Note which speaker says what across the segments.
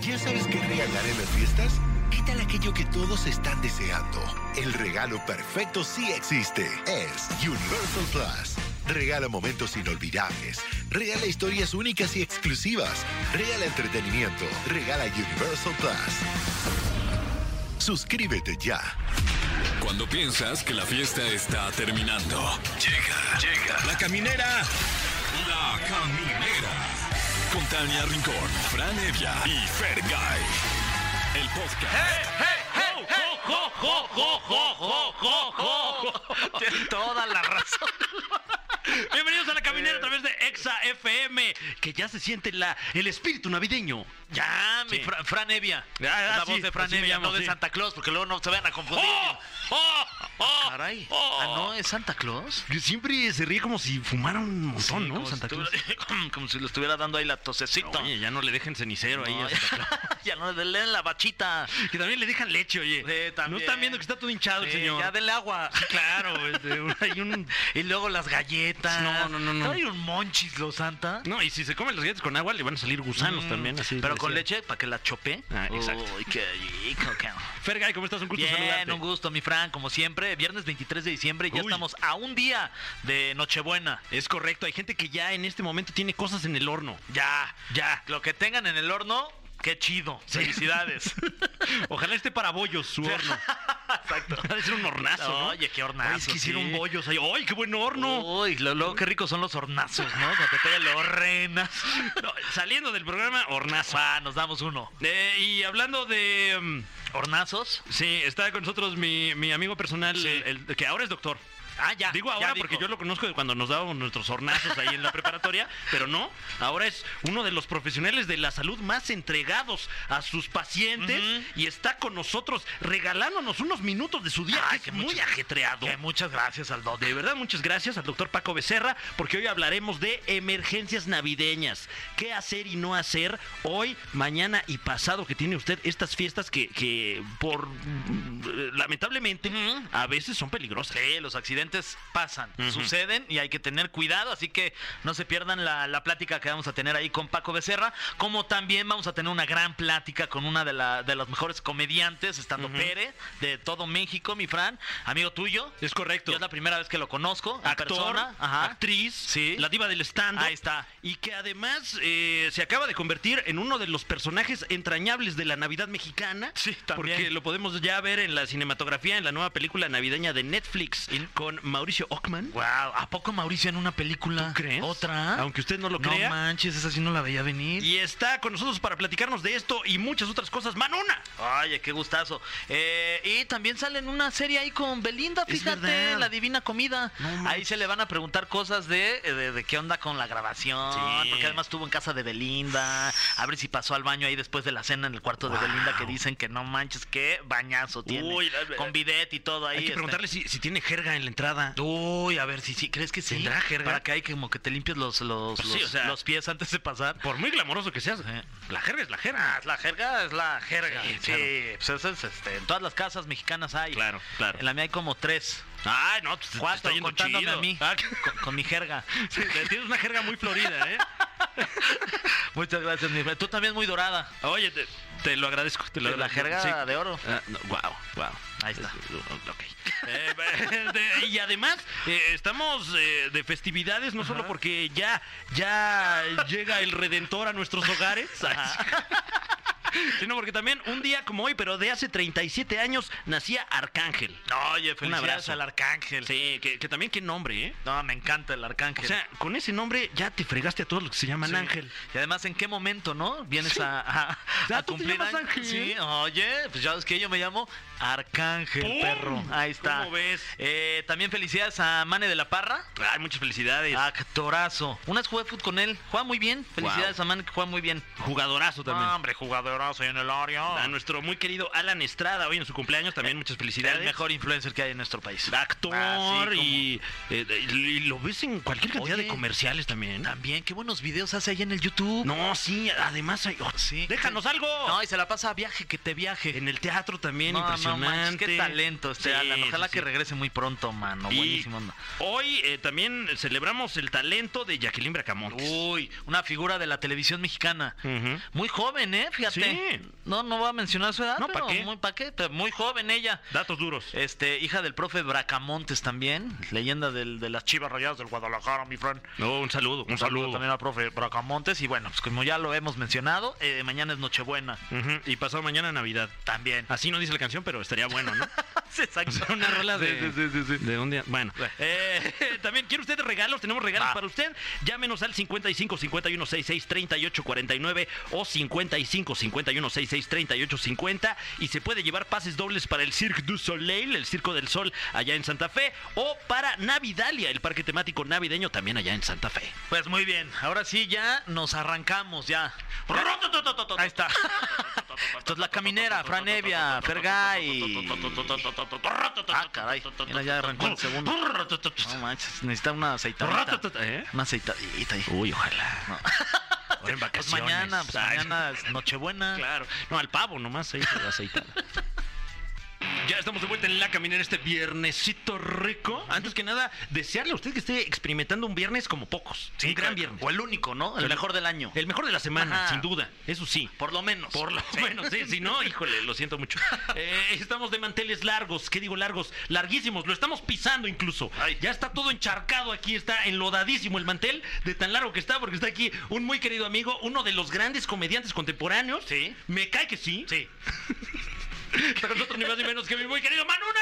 Speaker 1: ¿Ya sabes qué regalar en las fiestas? ¿Qué tal aquello que todos están deseando? El regalo perfecto sí existe. Es Universal Plus. Regala momentos inolvidables. Regala historias únicas y exclusivas. Regala entretenimiento. Regala Universal Plus. Suscríbete ya.
Speaker 2: Cuando piensas que la fiesta está terminando. Llega, llega. La caminera. La caminera. Con Tania Rincón, Fran Evia y Fergay. El podcast.
Speaker 3: Tienes toda la razón. Bienvenidos a la caminera a través de Exa FM, que ya se siente la, el espíritu navideño.
Speaker 4: Ya, mi
Speaker 3: Sí.
Speaker 4: Fra- Fran Evia.
Speaker 3: Ya,
Speaker 4: Es
Speaker 3: ah,
Speaker 4: la
Speaker 3: sí,
Speaker 4: voz de Fran
Speaker 3: así me
Speaker 4: Evia,
Speaker 3: llamo,
Speaker 4: no de
Speaker 3: sí. ¡Oh!
Speaker 4: Santa Claus, porque luego no se vayan a confundir. Caray. Ah, no, es Santa Claus.
Speaker 3: Que Siempre se ríe como si fumara un montón,
Speaker 4: Sí,
Speaker 3: ¿no?
Speaker 4: como,
Speaker 3: Santa
Speaker 4: si
Speaker 3: Claus.
Speaker 4: estuviera- como si le estuviera dando ahí la tosecita.
Speaker 3: Oye, ya no le dejen cenicero ahí
Speaker 4: No,
Speaker 3: a Santa Claus.
Speaker 4: ya no le den la bachita.
Speaker 3: Que también le dejan leche, oye.
Speaker 4: Sí, también.
Speaker 3: No están viendo que está todo hinchado el
Speaker 4: Sí,
Speaker 3: señor.
Speaker 4: Ya del agua.
Speaker 3: Claro, este, un- hay un...
Speaker 4: Y luego las galletas.
Speaker 3: No, no, no, no.
Speaker 4: Hay un monchis, lo santa.
Speaker 3: No, y si se comen los galletas con agua le van a salir gusanos
Speaker 4: Mm,
Speaker 3: también, así.
Speaker 4: Pero con
Speaker 3: decía.
Speaker 4: leche, para que la chope.
Speaker 3: Ah, exacto.
Speaker 4: Uy, qué rico, cabrón.
Speaker 3: Fergay, ¿cómo estás? Un gusto
Speaker 4: Bien,
Speaker 3: saludarte.
Speaker 4: un gusto, mi Fran, como siempre. Viernes 23 de diciembre, ya
Speaker 3: Uy.
Speaker 4: estamos a un día de Nochebuena. Eh,
Speaker 3: Es correcto, hay gente que ya en este momento tiene cosas en el horno.
Speaker 4: Ya,
Speaker 3: Ya.
Speaker 4: lo que tengan en el horno, qué chido. Felicidades.
Speaker 3: Ojalá esté para bollos su horno.
Speaker 4: Exacto.
Speaker 3: Ha de ser un hornazo, ¿no?
Speaker 4: Oye, qué hornazo,
Speaker 3: Ay, es que hicieron
Speaker 4: sí. Oh.
Speaker 3: bollos ahí. ¡Ay, qué buen horno!
Speaker 4: Uy, lo- luego qué ricos son los hornazos, ¿no? Cuando te pegan los renas.
Speaker 3: No, saliendo del programa, hornazo.
Speaker 4: Ah, nos damos uno.
Speaker 3: Eh, y hablando de... mm,
Speaker 4: ¿Hornazos?
Speaker 3: sí, está con nosotros mi, mi amigo personal,
Speaker 4: Sí.
Speaker 3: el, que ahora es doctor.
Speaker 4: Ah, ya.
Speaker 3: Digo
Speaker 4: ya
Speaker 3: ahora
Speaker 4: dijo.
Speaker 3: porque yo lo conozco de cuando nos dábamos nuestros hornazos ahí en la preparatoria, pero no, ahora es uno de los profesionales de la salud más entregados a sus pacientes
Speaker 4: Ujú.
Speaker 3: y está con nosotros regalándonos unos minutos de su día,
Speaker 4: Ay,
Speaker 3: que
Speaker 4: que
Speaker 3: es muy
Speaker 4: muchas-
Speaker 3: ajetreado.
Speaker 4: Que muchas gracias al Doc.
Speaker 3: De verdad, muchas gracias al doctor Paco Becerra, porque hoy hablaremos de emergencias navideñas. ¿Qué hacer y no hacer hoy, mañana y pasado que tiene usted estas fiestas que, que por mm, lamentablemente
Speaker 4: Ujú.
Speaker 3: a veces son peligrosas?
Speaker 4: Sí, los accidentes pasan,
Speaker 3: Ujú.
Speaker 4: suceden y hay que tener cuidado, así que no se pierdan la, la plática que vamos a tener ahí con Paco Becerra, como también vamos a tener una gran plática con una de, la- de las mejores comediantes, estando
Speaker 3: Ujú.
Speaker 4: Pérez, de todo México, mi Fran, amigo tuyo.
Speaker 3: Es correcto.
Speaker 4: Yo es la primera vez que lo conozco, en
Speaker 3: actor,
Speaker 4: persona. Ajá.
Speaker 3: actriz,
Speaker 4: Sí.
Speaker 3: la diva del stand
Speaker 4: Ahí está.
Speaker 3: Y que además eh, se acaba de convertir en uno de los personajes entrañables de la Navidad mexicana.
Speaker 4: Sí, también.
Speaker 3: Porque lo podemos ya ver en la cinematografía, en la nueva película navideña de Netflix con Mauricio Ockman.
Speaker 4: Wow, Ah, ¿a poco Mauricio en una película?
Speaker 3: ¿Tú crees?
Speaker 4: ¿Otra?
Speaker 3: Aunque usted no lo
Speaker 4: no
Speaker 3: crea.
Speaker 4: manches, esa sí no la veía venir.
Speaker 3: y está con nosotros para platicarnos de esto y muchas otras cosas. ¡Manuna!
Speaker 4: Oye, qué gustazo. Eh, y también sale en una serie ahí con Belinda,
Speaker 3: Es
Speaker 4: fíjate,
Speaker 3: verdad.
Speaker 4: La Divina Comida.
Speaker 3: No manches.
Speaker 4: ahí se le van a preguntar cosas de, eh, de, de qué onda con la grabación,
Speaker 3: Sí.
Speaker 4: porque además estuvo en casa de Belinda, a ver si pasó al baño ahí después de la cena en el cuarto de
Speaker 3: Wow.
Speaker 4: Belinda, que dicen que no manches, qué bañazo tiene.
Speaker 3: Uy, la-
Speaker 4: con bidet y todo ahí.
Speaker 3: Hay que
Speaker 4: este.
Speaker 3: preguntarle si, si tiene jerga en la entrada.
Speaker 4: Uy, a ver si sí, ¿crees que sí?
Speaker 3: ¿Tendrá jerga?
Speaker 4: Para que ahí como que te limpies los, los,
Speaker 3: Pues sí,
Speaker 4: los-
Speaker 3: o sea.
Speaker 4: los pies antes de pasar.
Speaker 3: Por muy glamoroso que seas, ¿eh? la jerga es la jerga.
Speaker 4: Ah, La jerga es la jerga.
Speaker 3: Sí,
Speaker 4: Sí,
Speaker 3: claro.
Speaker 4: pues eso es, este, en todas las casas mexicanas hay.
Speaker 3: Claro, claro.
Speaker 4: En la mía hay como tres.
Speaker 3: Ay, no, pues, te- te
Speaker 4: Cuatro,
Speaker 3: está yendo
Speaker 4: contándome
Speaker 3: chido.
Speaker 4: a mí.
Speaker 3: Ah,
Speaker 4: Con, con mi jerga.
Speaker 3: Sí, tienes una jerga muy florida, ¿eh?
Speaker 4: Muchas gracias, mi Fran. Tú también muy dorada.
Speaker 3: Oye, te, te lo agradezco. Te lo
Speaker 4: La
Speaker 3: agradezco,
Speaker 4: jerga
Speaker 3: sí.
Speaker 4: de oro.
Speaker 3: Ah, no, wow, wow.
Speaker 4: Ahí está.
Speaker 3: uh, Ok. Eh, de- y además, eh, estamos eh, de festividades, no solo porque ya, ya llega el Redentor a nuestros hogares, sino porque también un día como hoy, pero de hace 37 años, nacía Arcángel.
Speaker 4: Oye, felicidades
Speaker 3: abrazo.
Speaker 4: al arcángel.
Speaker 3: Sí, que, que también qué nombre, ¿eh?
Speaker 4: No, me encanta el arcángel.
Speaker 3: O sea, con ese nombre ya te fregaste a todos los que se llaman
Speaker 4: Sí.
Speaker 3: Ángel.
Speaker 4: Y además, ¿en qué momento, no? Vienes a, a-
Speaker 3: Ya
Speaker 4: a
Speaker 3: tú te
Speaker 4: cumplir
Speaker 3: llamas
Speaker 4: años.
Speaker 3: Ángel.
Speaker 4: Sí, oye, pues ya ves que yo me llamo Arcángel,
Speaker 3: ¡Pum!
Speaker 4: perro. Ahí está.
Speaker 3: Oh, ¿Cómo ves?
Speaker 4: Eh, también felicidades a Mane de la Parra.
Speaker 3: Ay, muchas felicidades.
Speaker 4: Actorazo. Una vez jugué fútbol con él. Juega muy bien. Felicidades
Speaker 3: Wow.
Speaker 4: a Mane que juega muy bien.
Speaker 3: Jugadorazo también.
Speaker 4: hombre, jugadorazo. Yo en el área.
Speaker 3: A nuestro muy querido Alan Estrada, hoy en su cumpleaños, también muchas felicidades.
Speaker 4: El mejor influencer que hay en nuestro país.
Speaker 3: actor
Speaker 4: Ah, sí,
Speaker 3: y, eh, y- y lo ves en cualquier cantidad
Speaker 4: Oye.
Speaker 3: de comerciales también.
Speaker 4: También, qué buenos videos hace ahí en el YouTube.
Speaker 3: No, sí, además hay... oh,
Speaker 4: Sí.
Speaker 3: ¡Déjanos algo!
Speaker 4: No, y se la pasa a viaje, que te viaje.
Speaker 3: En el teatro también,
Speaker 4: No, no
Speaker 3: impresionante.
Speaker 4: manches, qué talento este
Speaker 3: Sí,
Speaker 4: Alan. Ojalá
Speaker 3: sí,
Speaker 4: que
Speaker 3: sí.
Speaker 4: regrese muy pronto, mano.
Speaker 3: Y
Speaker 4: Buenísimo. onda.
Speaker 3: Hoy eh, también celebramos el talento de Jacqueline Bracamontes.
Speaker 4: Uy, una figura de la televisión mexicana.
Speaker 3: Ujú.
Speaker 4: Muy joven, ¿eh? Fíjate.
Speaker 3: Sí.
Speaker 4: No, no voy a mencionar su edad,
Speaker 3: No, ¿pa'
Speaker 4: pero
Speaker 3: qué?
Speaker 4: muy pa' qué, pero muy joven ella.
Speaker 3: Datos duros.
Speaker 4: Este, hija del profe Bracamontes también, leyenda del- de las Chivas Rayadas del Guadalajara, mi friend.
Speaker 3: No, un saludo, un saludo.
Speaker 4: también al profe Bracamontes y bueno, pues como ya lo hemos mencionado, eh, mañana es Nochebuena
Speaker 3: Ujú, Y pasado mañana Navidad.
Speaker 4: también.
Speaker 3: Así no dice la canción, pero estaría bueno, ¿no?
Speaker 4: Sí, exacto.
Speaker 3: Una rola
Speaker 4: Sí,
Speaker 3: de.
Speaker 4: sí, sí, sí.
Speaker 3: ¿De dónde? Bueno. Eh, también, ¿quiere usted regalos? Tenemos regalos
Speaker 4: Va.
Speaker 3: para usted. Llámenos al 55 51 66 38 49 o 55 51 66 38 50 y se puede llevar pases dobles para el Cirque du Soleil, el Circo del Sol, allá en Santa Fe, o para Navidalia, el parque temático navideño, también allá en Santa Fe.
Speaker 4: Pues muy bien, ahora sí ya nos arrancamos ya. Ahí está. Esto es la caminera, Fran Evia, Fergay. Ah, caray. Mira, ya arrancó el segundo. No manches, necesita una aceitadita.
Speaker 3: ¿Eh?
Speaker 4: Una aceitadita. hijo.
Speaker 3: Uy, ojalá. Ahora en
Speaker 4: Pues
Speaker 3: vacaciones.
Speaker 4: mañana, pues
Speaker 3: Ay,
Speaker 4: mañana es Nochebuena.
Speaker 3: Claro. No, al pavo nomás ahí pues, se va aceitar. Ya estamos de vuelta en la caminera este viernesito rico. Antes que nada, desearle a usted que esté experimentando un viernes como pocos. un gran
Speaker 4: claro.
Speaker 3: viernes.
Speaker 4: O el único, ¿no? El
Speaker 3: El-
Speaker 4: mejor del año.
Speaker 3: El mejor de la semana,
Speaker 4: Ajá.
Speaker 3: sin duda. Eso sí.
Speaker 4: Por lo menos.
Speaker 3: Por lo
Speaker 4: Sí.
Speaker 3: menos, sí, si no, híjole, lo siento mucho. Eh, estamos de manteles largos, ¿qué digo largos? Larguísimos, lo estamos pisando incluso.
Speaker 4: Ay.
Speaker 3: Ya está todo encharcado aquí, está enlodadísimo el mantel de tan largo que está, porque está aquí un muy querido amigo, uno de los grandes comediantes contemporáneos.
Speaker 4: Sí.
Speaker 3: Me cae que sí.
Speaker 4: Sí.
Speaker 3: Está con nosotros ni más ni menos que mi muy querido Manuna.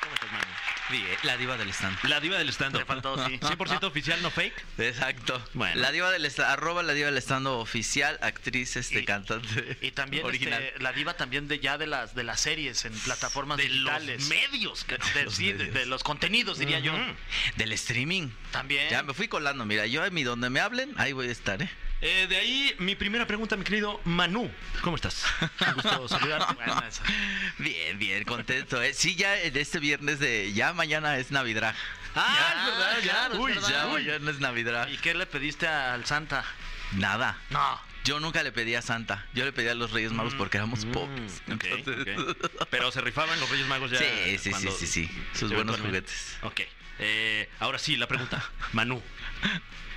Speaker 3: ¿Cómo estás, Manu?
Speaker 4: eh,
Speaker 5: La diva del stand.
Speaker 3: La diva del stand
Speaker 4: Te faltó, sí.
Speaker 3: 100% oficial, no fake.
Speaker 5: Exacto.
Speaker 3: Bueno.
Speaker 5: La diva del stand, arroba la diva del stand oficial, actriz, este,
Speaker 4: Y-
Speaker 5: cantante.
Speaker 4: Y también
Speaker 5: original.
Speaker 4: este, la diva también de ya de las de las series en plataformas
Speaker 3: De
Speaker 4: digitales.
Speaker 3: los medios.
Speaker 4: De- de-
Speaker 5: Los
Speaker 4: sí, de-
Speaker 5: medios.
Speaker 4: de los contenidos, diría yo.
Speaker 3: Ujú.
Speaker 5: Del streaming.
Speaker 4: También.
Speaker 5: Ya me fui colando, mira, yo a mí donde me hablen, ahí voy a estar, ¿eh?
Speaker 3: Eh, de ahí mi primera pregunta, mi querido Manu. ¿Cómo estás?
Speaker 4: Un gusto saludarte. Bueno, eso.
Speaker 5: Bien, bien, contento, ¿eh? Sí, ya en este viernes de, ya mañana es Navidad.
Speaker 4: Ah,
Speaker 5: Ya,
Speaker 4: es verdad, claro, es
Speaker 5: Uy,
Speaker 4: verdad.
Speaker 5: ya
Speaker 4: Uy.
Speaker 5: mañana es Navidad.
Speaker 4: ¿Y qué le pediste al Santa?
Speaker 5: Nada.
Speaker 4: No.
Speaker 5: Yo nunca le pedí a Santa, yo le pedí a los Reyes
Speaker 4: Mm,
Speaker 5: Magos porque éramos pobres.
Speaker 3: Mm, ok,
Speaker 5: Entonces-
Speaker 3: ok. Pero se rifaban los Reyes Magos ya.
Speaker 5: Sí, sí,
Speaker 3: cuando-
Speaker 5: sí, sí, sí. Sus buenos
Speaker 3: eventualmente.
Speaker 5: juguetes.
Speaker 3: Ok. Eh, ahora sí, la pregunta. Manu,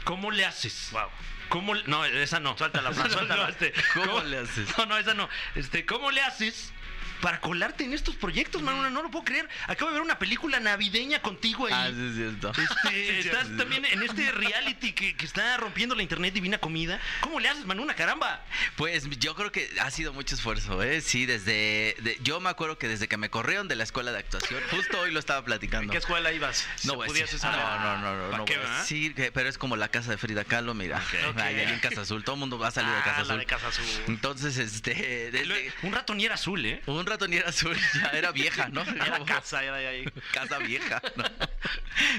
Speaker 3: ¿cómo le haces?
Speaker 4: Wow.
Speaker 3: ¿Cómo le- No, esa no. Suéltala,
Speaker 4: Fran, suéltala.
Speaker 5: ¿Cómo le haces?
Speaker 3: No, no, esa no. Este, ¿cómo le haces? Para colarte en estos proyectos, Manu, no lo puedo creer. Acabo de ver una película navideña contigo ahí.
Speaker 5: Ah, sí, es cierto.
Speaker 3: Este, estás también en este reality que, que está rompiendo la internet divina comida. ¿Cómo le haces, Manuna? Caramba.
Speaker 5: Pues yo creo que ha sido mucho esfuerzo, ¿eh? Sí, desde... de- yo me acuerdo que desde que me corrieron de la escuela de actuación, justo hoy lo estaba
Speaker 4: ¿En
Speaker 5: platicando.
Speaker 4: qué escuela ibas? Si
Speaker 5: No voy a
Speaker 4: pudieses
Speaker 5: decir.
Speaker 4: saber.
Speaker 5: No, no, no, no,
Speaker 3: ¿pa'
Speaker 5: no
Speaker 3: qué
Speaker 5: voy a
Speaker 3: va?
Speaker 5: decir que- pero es como la casa de Frida Kahlo, mira.
Speaker 3: Ok.
Speaker 5: Ahí, ahí en Casa Azul, todo el mundo ha salido de Casa
Speaker 4: Ah, la
Speaker 5: Azul.
Speaker 4: de Casa Azul.
Speaker 5: Entonces, este... desde-
Speaker 3: Un ratonier azul, ¿eh?
Speaker 5: un ratonier azul ya era vieja, ¿no?
Speaker 4: Era
Speaker 5: Como-
Speaker 4: casa, era ahí.
Speaker 5: Casa vieja, ¿no?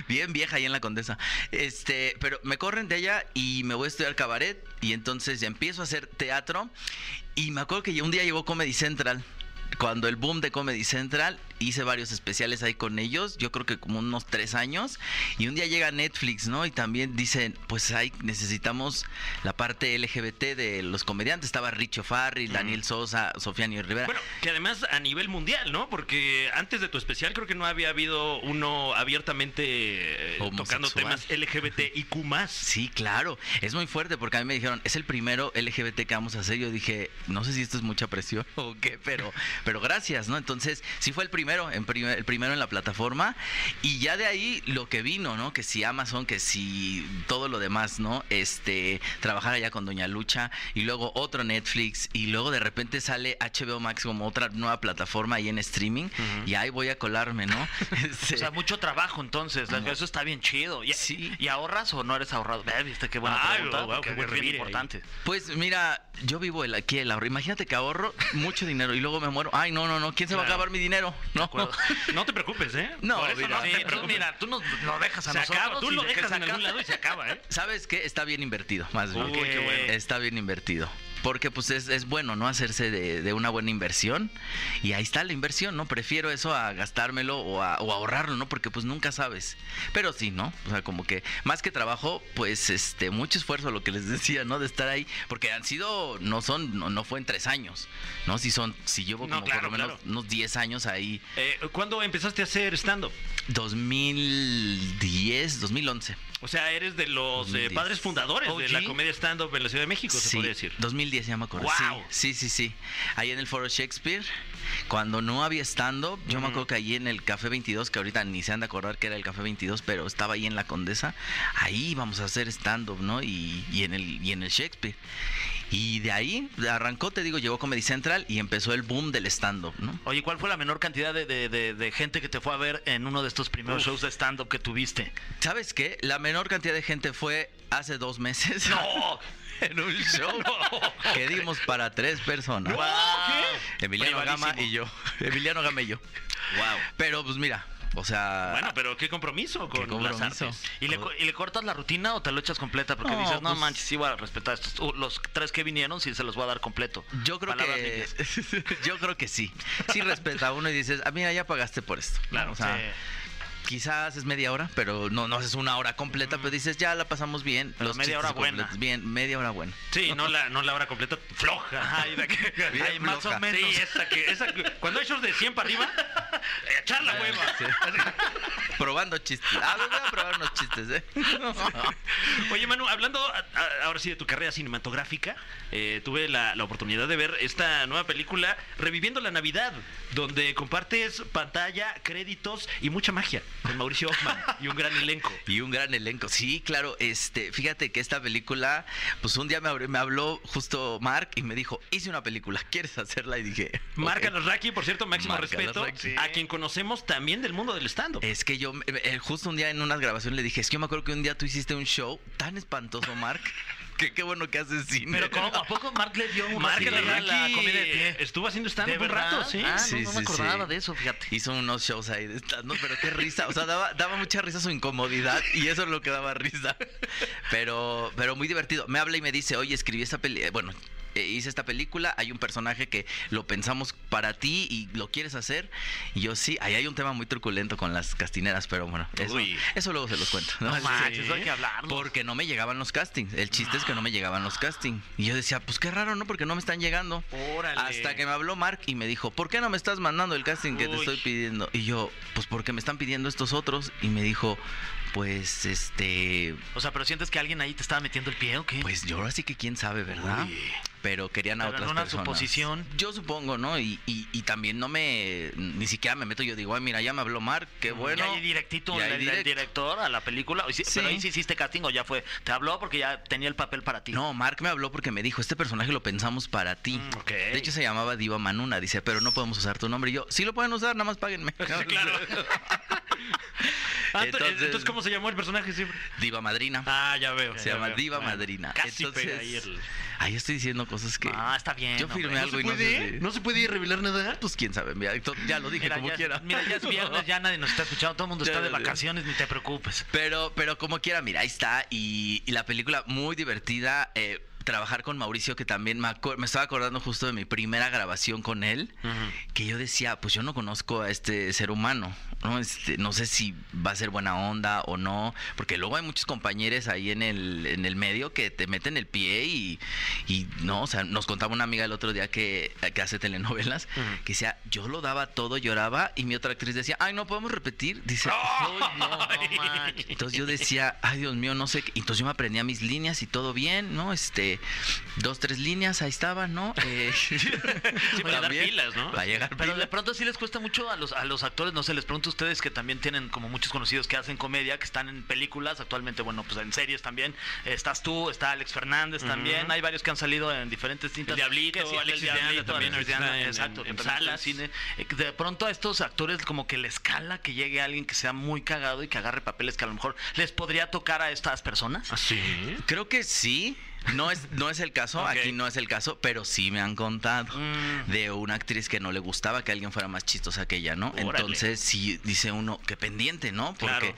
Speaker 5: Bien vieja ahí en la condesa. Este, pero me corren de allá y me voy a estudiar cabaret. Y entonces ya empiezo a hacer teatro. Y me acuerdo que un día llegó Comedy Central. Cuando el boom de Comedy Central, hice varios especiales ahí con ellos, yo creo que como unos tres años, y un día llega Netflix, ¿no? Y también dicen, pues ahí necesitamos la parte LGBT de los comediantes, estaba Richo Farri, Daniel Sosa, Sofiani Rivera.
Speaker 3: Bueno, que además a nivel mundial, ¿no? Porque antes de tu especial creo que no había habido uno abiertamente eh, tocando
Speaker 5: Homosexual.
Speaker 3: temas LGBT y Q más.
Speaker 5: Sí, claro. Es muy fuerte porque a mí me dijeron, es el primero LGBT que vamos a hacer. Yo dije, no sé si esto es mucha presión o qué, pero, pero gracias, ¿no? Entonces, sí fue el primero, en prim- el primero en la plataforma. Y ya de ahí lo que vino, ¿no? Que si Amazon, que si todo lo demás, ¿no? Este, trabajar allá con Doña Lucha y luego otro Netflix y luego de repente sale HBO Max como otra nueva plataforma ahí en streaming y ahí voy a colarme, ¿no? Este,
Speaker 4: O sea, mucho trabajo entonces. la- Eso está bien chido. ¿Y,
Speaker 5: Sí.
Speaker 4: ¿Y ahorras o no eres ahorrado? Ve, ¿Viste qué buena
Speaker 3: Ah,
Speaker 4: pregunta?
Speaker 3: guau, guau,
Speaker 4: Porque
Speaker 3: qué buen
Speaker 4: es bien
Speaker 3: revire ahí.
Speaker 4: importante.
Speaker 5: Pues mira, yo vivo el aquí el ahorro. Imagínate que ahorro mucho dinero y luego me muero. Ay, no, no, no. ¿Quién se va a
Speaker 3: Claro.
Speaker 5: acabar mi dinero? No.
Speaker 4: acuerdo.
Speaker 3: No te preocupes, ¿eh?
Speaker 5: No,
Speaker 3: Por eso
Speaker 5: mira,
Speaker 3: no
Speaker 4: Sí,
Speaker 3: te
Speaker 4: tú,
Speaker 3: preocupes.
Speaker 4: mira, tú nos lo dejas a
Speaker 3: se
Speaker 4: nosotros.
Speaker 3: acaba, tú
Speaker 4: y
Speaker 3: lo
Speaker 4: de que
Speaker 3: dejas
Speaker 4: se
Speaker 3: en algún
Speaker 4: acaba.
Speaker 3: lado y se acaba, ¿eh?
Speaker 5: ¿Sabes qué? Está bien invertido, más bien.
Speaker 3: Uy, qué bueno.
Speaker 5: Está bien invertido. Porque pues es, es bueno, ¿no? Hacerse de, de una buena inversión. Y ahí está la inversión, ¿no? Prefiero eso a gastármelo o, a, o ahorrarlo, ¿no? Porque pues nunca sabes. Pero sí, ¿no? O sea, como que más que trabajo, pues este, mucho esfuerzo, lo que les decía, ¿no? De estar ahí. Porque han sido, no son, no, no fue en tres años, ¿no? Si son, si llevo
Speaker 3: No,
Speaker 5: como
Speaker 3: claro,
Speaker 5: por lo menos
Speaker 3: claro.
Speaker 5: unos 10 años ahí.
Speaker 3: Eh, ¿Cuándo empezaste a hacer stand-up?
Speaker 5: 2010, 2011.
Speaker 3: O sea, eres de los eh,
Speaker 5: 2010.
Speaker 3: padres fundadores de
Speaker 5: OG.
Speaker 3: la comedia stand-up en la Ciudad de México, se
Speaker 5: Sí,
Speaker 3: podría decir.
Speaker 5: 2010 ya me acuerdo.
Speaker 3: ¡Guau!
Speaker 5: Sí, sí, sí, sí. Ahí en el Foro Shakespeare, cuando no había stand-up, yo me acuerdo que ahí en el Café 22, que ahorita ni se han de acordar que era el Café 22, pero estaba ahí en la Condesa, ahí íbamos a hacer stand-up, ¿no? Y, y en el, y en el Shakespeare. Y de ahí arrancó, te digo, llegó Comedy Central y empezó el boom del stand-up, ¿no?
Speaker 4: Oye, ¿cuál fue la menor cantidad de, de- de- de gente que te fue a ver en uno de estos primeros shows de stand-up que tuviste?
Speaker 5: ¿Sabes qué? La menor cantidad de gente fue hace dos meses.
Speaker 4: ¡No!
Speaker 5: en un show que dimos para tres personas. Emiliano Gama y yo. Emiliano Gama y yo.
Speaker 3: Wow.
Speaker 5: Pero pues mira, o sea,
Speaker 3: Bueno, pero qué compromiso con
Speaker 5: qué compromiso.
Speaker 3: las artes.
Speaker 4: ¿Y le, co- y le cortas la rutina o te lo echas completa? Porque
Speaker 5: No,
Speaker 4: dices, no
Speaker 5: pues-
Speaker 4: manches, sí voy a respetar estos. uh, los tres que vinieron sí se los voy a dar completo.
Speaker 5: yo creo
Speaker 4: Palabras
Speaker 5: que
Speaker 4: limpias.
Speaker 5: yo creo que sí. Sí respeta a uno y dices, "Ah, mira, ya pagaste por esto."
Speaker 4: Claro,
Speaker 5: o sea,
Speaker 4: sí.
Speaker 5: quizás es media hora, pero no no es una hora completa, pero dices, "Ya la pasamos bien."
Speaker 4: Pero media
Speaker 5: chistes
Speaker 4: hora buena.
Speaker 5: completos, Bien, media hora buena.
Speaker 3: Sí, no la, no la hora completa, floja. Ay, de que-
Speaker 5: Bien
Speaker 3: ay, más o
Speaker 5: floja.
Speaker 3: menos. Sí, esa que, esa que- cuando hay shows de 100 para arriba, eh, echar la hueva.
Speaker 5: Sí. Probando chistes. Ah, voy a probar unos chistes, ¿eh?
Speaker 3: Oye, Manu, hablando a- a- ahora sí de tu carrera cinematográfica, eh, tuve la, la oportunidad de ver esta nueva película, Reviviendo la Navidad, donde compartes pantalla, créditos y mucha magia con Mauricio Hoffman y un gran elenco.
Speaker 5: Y un gran elenco. Sí, claro. Este, fíjate que esta película, pues un día me, abrió- me habló justo Mark y me dijo, hice una película, ¿quieres hacerla? Y dije, "Ok".
Speaker 3: Márcanos, Raki, por cierto, máximo
Speaker 5: Márcanos,
Speaker 3: respeto
Speaker 5: Raki.
Speaker 3: a quien conocemos también del mundo del stand-up.
Speaker 5: Es que yo, eh, justo un día en unas grabaciones le dije, es que yo me acuerdo que un día tú hiciste un show tan espantoso, Mark, que qué bueno que haces cine.
Speaker 4: Pero ¿cómo? ¿A poco Mark le dio una
Speaker 3: Márcanos,
Speaker 4: silla a la
Speaker 3: Raki,
Speaker 4: comida de pie?
Speaker 3: Estuvo haciendo stand-up un rato, sí.
Speaker 4: Ah, no,
Speaker 5: Sí,
Speaker 4: no,
Speaker 5: sí,
Speaker 4: me acordaba
Speaker 5: sí.
Speaker 4: de eso, fíjate.
Speaker 5: Hizo unos shows ahí de estas, ¿no? Pero qué risa. O sea, daba, daba mucha risa su incomodidad y eso es lo que daba risa. Pero, pero muy divertido. Me habla y me dice, oye, escribí esta película. Bueno. eh, Hice esta película, hay un personaje que lo pensamos para ti y lo quieres hacer. Y yo sí, ahí hay un tema muy truculento con las castineras, pero bueno, eso,
Speaker 3: Uy.
Speaker 5: eso luego se los cuento. ¿no?
Speaker 4: No
Speaker 5: Sí.
Speaker 4: manches, hay que hablarlo.
Speaker 5: Porque no me llegaban los castings. El chiste es que no me llegaban los castings. Y yo decía, pues qué raro, ¿no? Porque no me están llegando.
Speaker 3: Órale.
Speaker 5: Hasta que me habló Mark y me dijo, ¿por qué no me estás mandando el casting que te
Speaker 3: Uy.
Speaker 5: estoy pidiendo? Y yo, pues porque me están pidiendo estos otros. Y me dijo, pues este,
Speaker 4: O sea, pero sientes que alguien ahí te estaba metiendo el pie o qué?
Speaker 5: pues yo ahora sí que quién sabe, ¿verdad? Pero querían a
Speaker 4: Pero en
Speaker 5: otras
Speaker 4: una
Speaker 5: personas.
Speaker 4: suposición.
Speaker 5: Yo supongo, ¿no? Y, y- y también no me, ni siquiera me meto. Yo digo, ay, mira, ya me habló Mark, qué
Speaker 3: Mm,
Speaker 5: bueno.
Speaker 4: ya ahí directito
Speaker 5: y ahí
Speaker 4: el, el
Speaker 5: directo.
Speaker 4: director a la película. O sí-
Speaker 5: Sí.
Speaker 4: Pero ahí sí hiciste casting o ya fue. Te habló porque ya tenía el papel para ti.
Speaker 5: No, Mark me habló porque me dijo, este personaje lo pensamos para ti.
Speaker 3: Mm, ok.
Speaker 5: De hecho, se llamaba Diva Manuna. Dice, pero no podemos usar tu nombre. Y yo, sí lo pueden usar, nada más páguenme.
Speaker 3: Claro. Ah, entonces,
Speaker 5: Entonces-
Speaker 3: entonces, ¿cómo se llamó el personaje? siempre?
Speaker 5: Diva Madrina.
Speaker 3: Ah, ya veo.
Speaker 5: Se
Speaker 3: ya
Speaker 5: llama
Speaker 3: veo.
Speaker 5: Diva
Speaker 3: Bueno,
Speaker 5: Madrina.
Speaker 3: Casi
Speaker 5: Entonces,
Speaker 3: pega ahí el-
Speaker 5: Ahí estoy diciendo cosas que.
Speaker 4: Ah, está bien.
Speaker 5: yo
Speaker 4: hombre.
Speaker 5: firmé algo y no sé si-
Speaker 3: se puede revelar nada?
Speaker 5: Pues quién sabe. mira, to- ya lo dije
Speaker 4: Mira,
Speaker 5: como
Speaker 4: ya,
Speaker 5: quiera.
Speaker 4: mira, ya es viernes, ya nadie nos está escuchando, todo el mundo
Speaker 5: Ya,
Speaker 4: está de
Speaker 5: ya, ya.
Speaker 4: vacaciones, ni te preocupes.
Speaker 5: Pero, pero como quiera, mira, ahí está. Y, y la película muy divertida. eh, trabajar con Mauricio, que también me, acuer- me estaba acordando justo de mi primera grabación con él. que yo decía, pues yo no conozco a este ser humano, ¿no? Este, no sé si va a ser buena onda o no, porque luego hay muchos compañeros ahí en el, en el medio que te meten el pie y, y no, o sea, nos contaba una amiga el otro día que, que hace telenovelas, que decía, yo lo daba todo, lloraba, y mi otra actriz decía, ay, no podemos repetir, dice,
Speaker 4: Uy, no, no manches.
Speaker 5: entonces yo decía, ay Dios mío, no sé. qué". Entonces yo me aprendía mis líneas y todo bien, ¿no? Este, dos, tres líneas, ahí estaban, ¿no? Eh,
Speaker 3: para dar
Speaker 5: también,
Speaker 3: pilas, ¿no?
Speaker 5: Para llegar
Speaker 4: Pero de
Speaker 5: pilas.
Speaker 4: pronto sí les cuesta mucho a los, a los actores, no sé, les pregunto a ustedes que también tienen como muchos conocidos que hacen comedia, que están en películas, actualmente, bueno, pues en series también. Estás tú, está Alex Fernández también, hay varios que han salido en diferentes cintas.
Speaker 3: El Diablito,
Speaker 4: Que sí,
Speaker 3: Alexis de Anda también
Speaker 4: Alexis de Anda,
Speaker 3: está en-
Speaker 4: exacto,
Speaker 3: en
Speaker 4: que también está en
Speaker 3: salas.
Speaker 4: cine. Eh, De pronto a estos actores como que les cala que llegue alguien que sea muy cagado y que agarre papeles que a lo mejor les podría tocar a estas personas.
Speaker 3: Ah, sí?
Speaker 5: Creo que sí. No es, no es el caso,
Speaker 3: Ok.
Speaker 5: aquí no es el caso, pero sí me han contado de una actriz que no le gustaba que alguien fuera más chistosa que ella, ¿no?
Speaker 3: Órale.
Speaker 5: Entonces sí dice uno, que pendiente, ¿no? Porque
Speaker 3: Claro.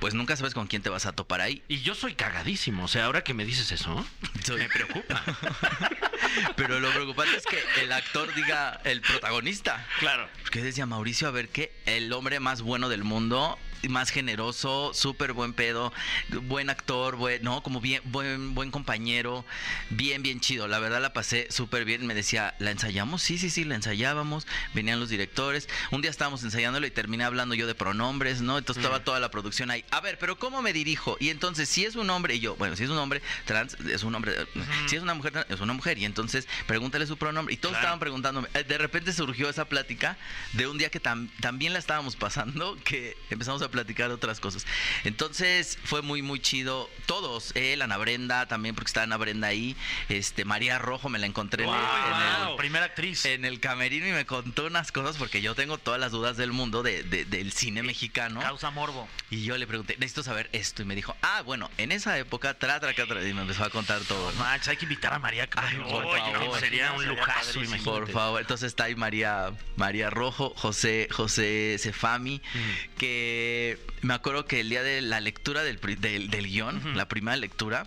Speaker 5: pues nunca sabes con quién te vas a topar ahí.
Speaker 3: Y yo soy cagadísimo, o sea, ahora que me dices eso,
Speaker 5: Soy-
Speaker 3: me preocupa.
Speaker 5: Pero lo preocupante es que el actor diga el protagonista.
Speaker 3: Claro.
Speaker 5: Porque Pues, decía Mauricio, a ver qué, el hombre más bueno del mundo, más generoso, súper buen pedo, buen actor, buen, no, como bien, buen, buen compañero, bien, bien chido. La verdad la pasé súper bien. Me decía, ¿la ensayamos? Sí, sí, sí, la ensayábamos. Venían los directores. Un día estábamos ensayándolo y terminé hablando yo de pronombres, ¿no? Entonces estaba toda la producción ahí. A ver, pero ¿cómo me dirijo? Y entonces, si es un hombre, y yo, bueno, si es un hombre trans, es un hombre. Si es una mujer trans, es una mujer. Y entonces, pregúntale su pronombre. Y todos
Speaker 3: Claro.
Speaker 5: estaban preguntándome. Eh, De repente surgió esa plática de un día que tam- también la estábamos pasando, que empezamos a platicar otras cosas. Entonces fue muy, muy chido. Todos, él, Ana Brenda también, porque está Ana Brenda ahí. Este, María Rojo me la encontré en el- en el,
Speaker 3: wow.
Speaker 4: Primera actriz.
Speaker 5: en el camerino y me contó unas cosas porque yo tengo todas las dudas del mundo de- de- del cine mexicano.
Speaker 4: Causa morbo.
Speaker 5: Y yo le pregunté, necesito saber esto. Y me dijo, ah, bueno, en esa época, tra, tra, tra, tra", y me empezó a contar todo. ¿no?
Speaker 4: Max, hay que invitar a María.
Speaker 5: Ay,
Speaker 4: cabrón.
Speaker 5: por
Speaker 4: Oye, pues
Speaker 5: favor.
Speaker 3: Sería un lujazo,
Speaker 4: padrísimo.
Speaker 3: imagínate.
Speaker 5: Por favor, entonces está ahí María, María Rojo, José, José Cefami, que me acuerdo que el día de la lectura del, pri- del, del guión, la primera lectura,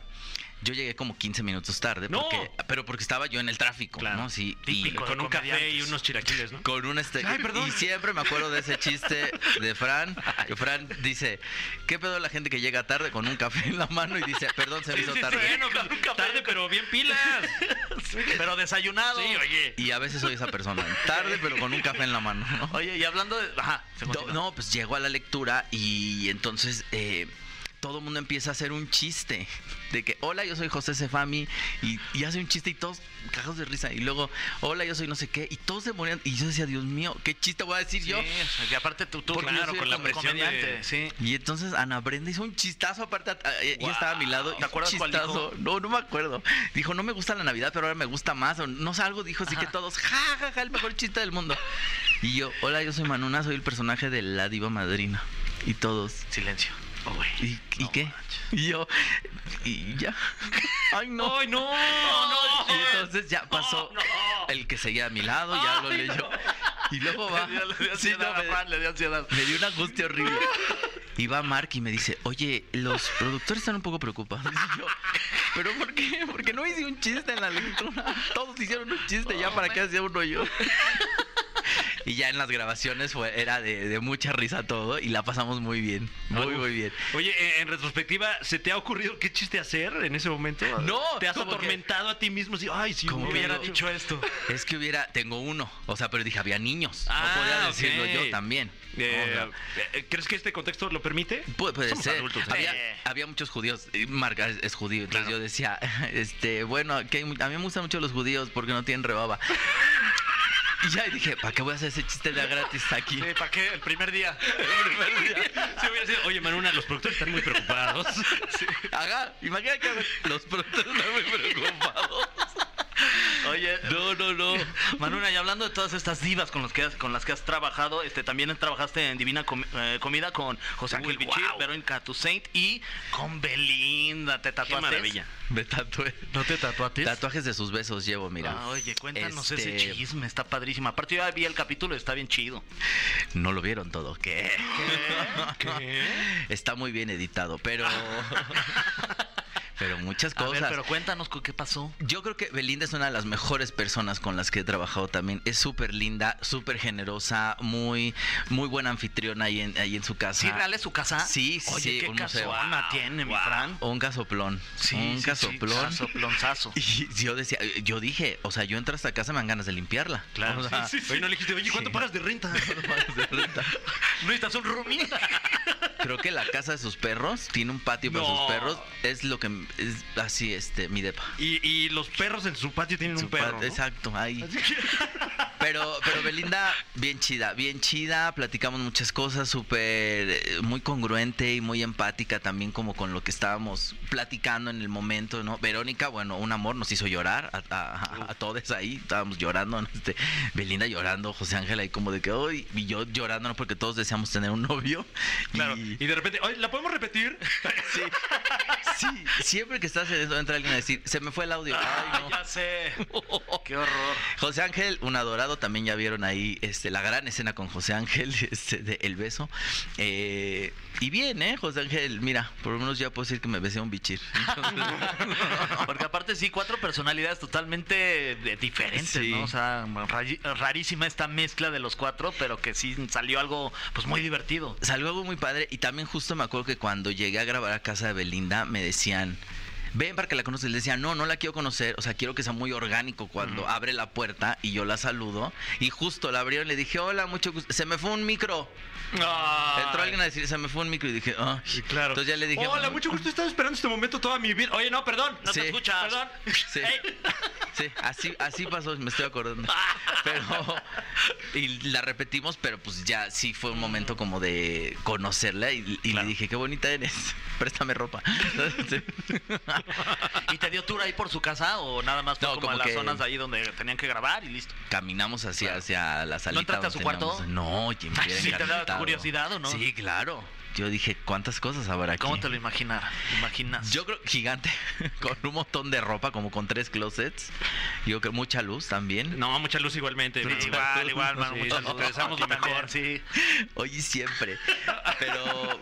Speaker 5: yo llegué como 15 minutos tarde,
Speaker 3: ¡No!
Speaker 5: porque, pero porque estaba yo en el tráfico,
Speaker 3: Claro.
Speaker 5: ¿no? Sí, y,
Speaker 4: Típico.
Speaker 3: Con un café y unos chilaquiles, ¿no?
Speaker 5: Con un este. Y siempre me acuerdo de ese chiste de Fran. Que Fran dice: ¿Qué pedo la gente que llega tarde con un café en la mano y dice, perdón, se me hizo tarde?
Speaker 3: Bueno, tarde, pero bien pilas.
Speaker 4: Pero desayunado.
Speaker 3: Sí, oye.
Speaker 5: Y a veces soy esa persona, tarde pero con un café en la mano. ¿no?
Speaker 4: Oye, y hablando de. Ajá, se
Speaker 5: Do-
Speaker 4: continúa.
Speaker 5: No, pues llego a la lectura y entonces eh, todo el mundo empieza a hacer un chiste. De que, hola, yo soy José Cefami. Y, y hace un chiste y todos cajos de risa. Y luego, hola, yo soy no sé qué. Y todos se morían. Y yo decía, Dios mío, ¿qué chiste voy a decir yo?
Speaker 4: Sí, y aparte tú, tú
Speaker 5: Porque yo
Speaker 4: claro,
Speaker 5: soy
Speaker 4: con la
Speaker 5: el
Speaker 4: presión
Speaker 3: comediante,
Speaker 4: de... Sí.
Speaker 5: Y entonces Ana Brenda hizo un chistazo aparte, a- a- ella estaba a mi lado, hizo
Speaker 4: acuerdas
Speaker 5: un
Speaker 4: cuál
Speaker 5: chistazo. No, no me acuerdo. Dijo, "No me gusta la Navidad, pero ahora me gusta más." O no sé, algo dijo, así que todos, "Ja, ja, ja, el mejor chiste del mundo." Y yo, "Hola, yo soy Manuna, soy el personaje de La Diva Madrina." Y todos,
Speaker 4: Silencio. Oh, güey.
Speaker 5: "¿Y, y qué?" Y yo, "Y ya." Ay, no.
Speaker 3: ¡Ay, no! ¡No,
Speaker 5: Y entonces ya pasó el que seguía a mi lado, ya lo leyó. Y luego va.
Speaker 4: Le dio- le dio
Speaker 5: Sí, no,
Speaker 4: ansiedad a
Speaker 5: me-
Speaker 4: Fran, le dio ansiedad.
Speaker 5: me dio una angustia horrible. Y va Mark y me dice, oye, los productores están un poco preocupados. Y yo, ¿pero por qué? Porque no hice un chiste en la lectura. Todos hicieron un chiste, ya para qué hacía uno yo. Y ya en las grabaciones fue, era de, de mucha risa todo y la pasamos muy bien. Muy, muy bien.
Speaker 3: Oye, eh, en- en retrospectiva, ¿se te ha ocurrido qué chiste hacer en ese momento?
Speaker 5: No,
Speaker 3: ¿Te has
Speaker 5: como que-
Speaker 3: atormentado a ti mismo? Así, Ay, si
Speaker 5: Como
Speaker 3: me
Speaker 5: que
Speaker 3: hubiera
Speaker 5: digo-
Speaker 3: dicho eh, esto.
Speaker 5: Es que hubiera, tengo uno. O sea, pero dije, había niños.
Speaker 3: Ah,
Speaker 5: no podía decirlo
Speaker 3: ok.
Speaker 5: yo también.
Speaker 3: Eh,
Speaker 5: O sea,
Speaker 3: eh, ¿Crees que este contexto lo permite?
Speaker 5: Pu- puede
Speaker 3: Somos
Speaker 5: ser.
Speaker 3: adultos, ¿eh?
Speaker 5: había,
Speaker 3: Eh.
Speaker 5: había muchos judíos. y Marca es, es judío. Entonces
Speaker 3: Claro.
Speaker 5: yo decía, este, bueno, que hay mu- a mí me gustan mucho los judíos porque no tienen rebaba. y ya dije, ¿para qué voy a hacer ese chiste de gratis aquí?
Speaker 4: Sí, ¿para qué? El primer día.
Speaker 3: Sí, hubiera sido, Oye, Manuna, los productores están muy preocupados.
Speaker 5: Ajá, imagina que los productores no me preocupados.
Speaker 4: Oye, no, no, no. Manuna, y hablando de todas estas divas con, los que has- con las que has trabajado, este, también trabajaste en Divina Com- eh, Comida con José
Speaker 3: Uy,
Speaker 4: Ángel Bichir,
Speaker 3: guau.
Speaker 4: Verónica Toussaint y con Belinda. ¿Te tatuaste?
Speaker 3: maravilla.
Speaker 5: Me tatué.
Speaker 4: ¿No te tatuaste?
Speaker 5: Tatuajes de sus besos llevo, mira.
Speaker 4: Ah, oye, cuéntanos
Speaker 5: Este,
Speaker 4: ese chisme, está padrísimo. Aparte, yo ya vi el capítulo, está bien chido.
Speaker 5: No lo vieron todo, ¿qué? Está muy bien editado, pero... pero muchas
Speaker 4: A
Speaker 5: cosas.
Speaker 4: ver, pero cuéntanos cu- qué pasó.
Speaker 5: Yo creo que Belinda es una de las mejores personas con las que he trabajado también. Es súper linda, súper generosa, muy, muy buena anfitriona ahí en, ahí en su casa.
Speaker 4: ¿Sí, real es su casa?
Speaker 5: Sí, sí,
Speaker 4: Oye,
Speaker 5: sí,
Speaker 4: qué
Speaker 5: un museo.
Speaker 4: casuana tiene, mi Fran.
Speaker 5: Un casoplón. un casoplón.
Speaker 4: casoplonzazo.
Speaker 5: y yo decía, yo dije, o sea, yo entro a esta casa, me dan ganas de limpiarla. O sea,
Speaker 3: Sí, sí, sí. Oye, no le dijiste, oye, ¿cuánto
Speaker 5: Sí.
Speaker 3: pagas de renta?
Speaker 4: Luis, estás un rumín.
Speaker 5: Creo que la casa de sus perros tiene un patio para
Speaker 3: No.
Speaker 5: sus perros. Es lo que es así, este, mi depa.
Speaker 3: Y, y los perros en su patio tienen
Speaker 5: Su
Speaker 3: un perro.
Speaker 5: pat-
Speaker 3: ¿no?
Speaker 5: Exacto, ahí. Pero, pero Belinda, bien chida, bien chida, platicamos muchas cosas, súper, eh, muy congruente y muy empática también como con lo que estábamos platicando en el momento, ¿no? Verónica, bueno, un amor nos hizo llorar a, a- a- a todos ahí, estábamos llorando, ¿no? Este, Belinda llorando, José Ángel ahí como de que, hoy, y yo llorando, ¿no? Porque todos deseamos tener un novio.
Speaker 3: Claro.
Speaker 5: Y-
Speaker 3: Y de repente, oye, ¿la podemos repetir?
Speaker 5: sí, sí, siempre que estás en eso entra alguien a decir, se me fue el audio. Ay, no.
Speaker 4: Ya sé. Qué horror.
Speaker 5: José Ángel, un adorado Dorado, también ya vieron ahí este, la gran escena con José Ángel este, de El Beso. Eh, y bien, ¿eh? José Ángel, mira, por lo menos ya puedo decir que me besé a un bichir.
Speaker 4: Porque aparte sí, cuatro personalidades totalmente eh, diferentes,
Speaker 5: Sí.
Speaker 4: ¿no? O sea, ray- rarísima esta mezcla de los cuatro, pero que sí salió algo pues muy divertido.
Speaker 5: Salió algo muy padre y también justo me acuerdo que cuando llegué a grabar a casa de Belinda me decían, ven para que la conoces. Les decía, no, no la quiero conocer, o sea, quiero que sea muy orgánico cuando abre la puerta y yo la saludo. Y justo la abrieron y le dije, hola, mucho gusto. Se me fue un micro.
Speaker 3: Ah,
Speaker 5: Entró alguien a decir, se me fue un micro y dije, ah.
Speaker 3: claro.
Speaker 5: Entonces ya le dije,
Speaker 3: Hola,
Speaker 5: "Mm".
Speaker 3: mucho gusto. He estado esperando este momento toda mi vida. Oye, no, perdón. No
Speaker 5: Sí.
Speaker 3: te escuchas. Perdón.
Speaker 5: Sí.
Speaker 3: Ey.
Speaker 5: Sí, así, así pasó, me estoy acordando. Pero, y la repetimos, pero pues ya sí fue un momento como de conocerla y, y le dije, qué bonita eres, préstame ropa. Entonces,
Speaker 4: ¿Y te dio tour ahí por su casa o nada más fue
Speaker 5: No,
Speaker 4: como, a
Speaker 5: como
Speaker 4: las
Speaker 5: que-
Speaker 4: zonas de ahí donde tenían que grabar y listo?
Speaker 5: caminamos hacia, hacia la salita.
Speaker 4: entraste a su
Speaker 5: donde
Speaker 4: cuarto?
Speaker 5: teníamos- No, oye, me hubiera
Speaker 4: sí, te daba
Speaker 5: encantado.
Speaker 4: curiosidad, ¿o no?
Speaker 5: Sí, claro. Yo dije, ¿cuántas cosas habrá aquí?
Speaker 4: ¿Cómo te lo imaginar? imaginas?
Speaker 5: Yo creo gigante, con un montón de ropa, como con tres closets. Yo creo que mucha luz también.
Speaker 3: No, mucha luz igualmente.
Speaker 4: Sí,
Speaker 3: igual, igual, mano.
Speaker 4: Sí,
Speaker 3: mucha
Speaker 4: no,
Speaker 3: luz.
Speaker 4: aquí
Speaker 3: Regresamos lo mejor.
Speaker 4: también, sí.
Speaker 5: Hoy y siempre. Pero,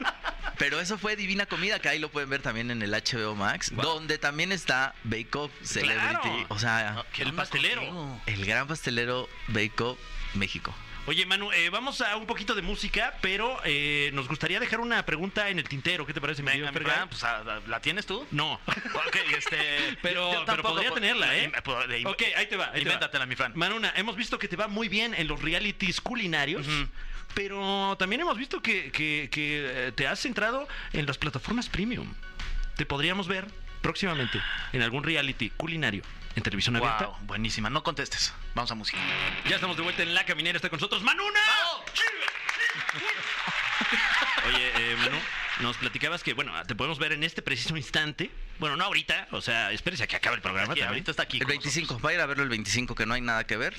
Speaker 5: pero eso fue Divina Comida, que ahí lo pueden ver también en el HBO Max, donde también está Bake Off Celebrity.
Speaker 3: Claro. Ah,
Speaker 5: O sea,
Speaker 3: El pastelero.
Speaker 5: el gran pastelero Bake Off México.
Speaker 3: Oye, Manu, eh, vamos a un poquito de música, pero eh, nos gustaría dejar una pregunta en el tintero. ¿Qué te parece, mi
Speaker 4: Venga,
Speaker 3: querido
Speaker 4: mi
Speaker 3: Fergay?
Speaker 4: Fran, pues, a- a- ¿la tienes tú?
Speaker 3: No.
Speaker 4: Ok, este,
Speaker 3: Pero- pero podría
Speaker 4: po-
Speaker 3: tenerla, ¿eh?
Speaker 4: Im- po- de-
Speaker 3: Ok, ahí te va. ahí te va.
Speaker 4: Invéntatela, mi Fran.
Speaker 3: Manuna, hemos visto que te va muy bien en los realities culinarios. Pero también hemos visto que, que- que, eh, te has centrado en las plataformas premium. Te podríamos ver próximamente en algún reality culinario en televisión abierta.
Speaker 4: Wow, buenísima. No contestes. Vamos a música.
Speaker 3: Ya estamos de vuelta en La Caminera. Está con nosotros Manuna. Oye, eh, Manu, nos platicabas que, bueno, te podemos ver en este preciso instante. Bueno, no ahorita. O sea, espérese a que acabe el programa.
Speaker 4: Aquí,
Speaker 3: también.
Speaker 4: ahorita está aquí.
Speaker 5: El
Speaker 4: con
Speaker 5: 25, vayan a verlo el 25, que no hay nada que ver.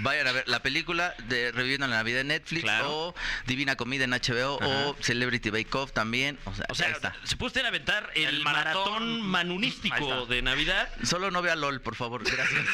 Speaker 5: Vayan a ver la película de Reviviendo la Navidad en Netflix
Speaker 3: Claro.
Speaker 5: o Divina Comida en HBO o Celebrity Bake Off también. O sea,
Speaker 3: O sea,
Speaker 5: ahí está.
Speaker 3: se puede usted aventar el,
Speaker 4: El
Speaker 3: maratón,
Speaker 4: maratón. Ahí
Speaker 3: manunístico
Speaker 4: está.
Speaker 3: de Navidad.
Speaker 5: Solo no vea LOL, por favor, gracias.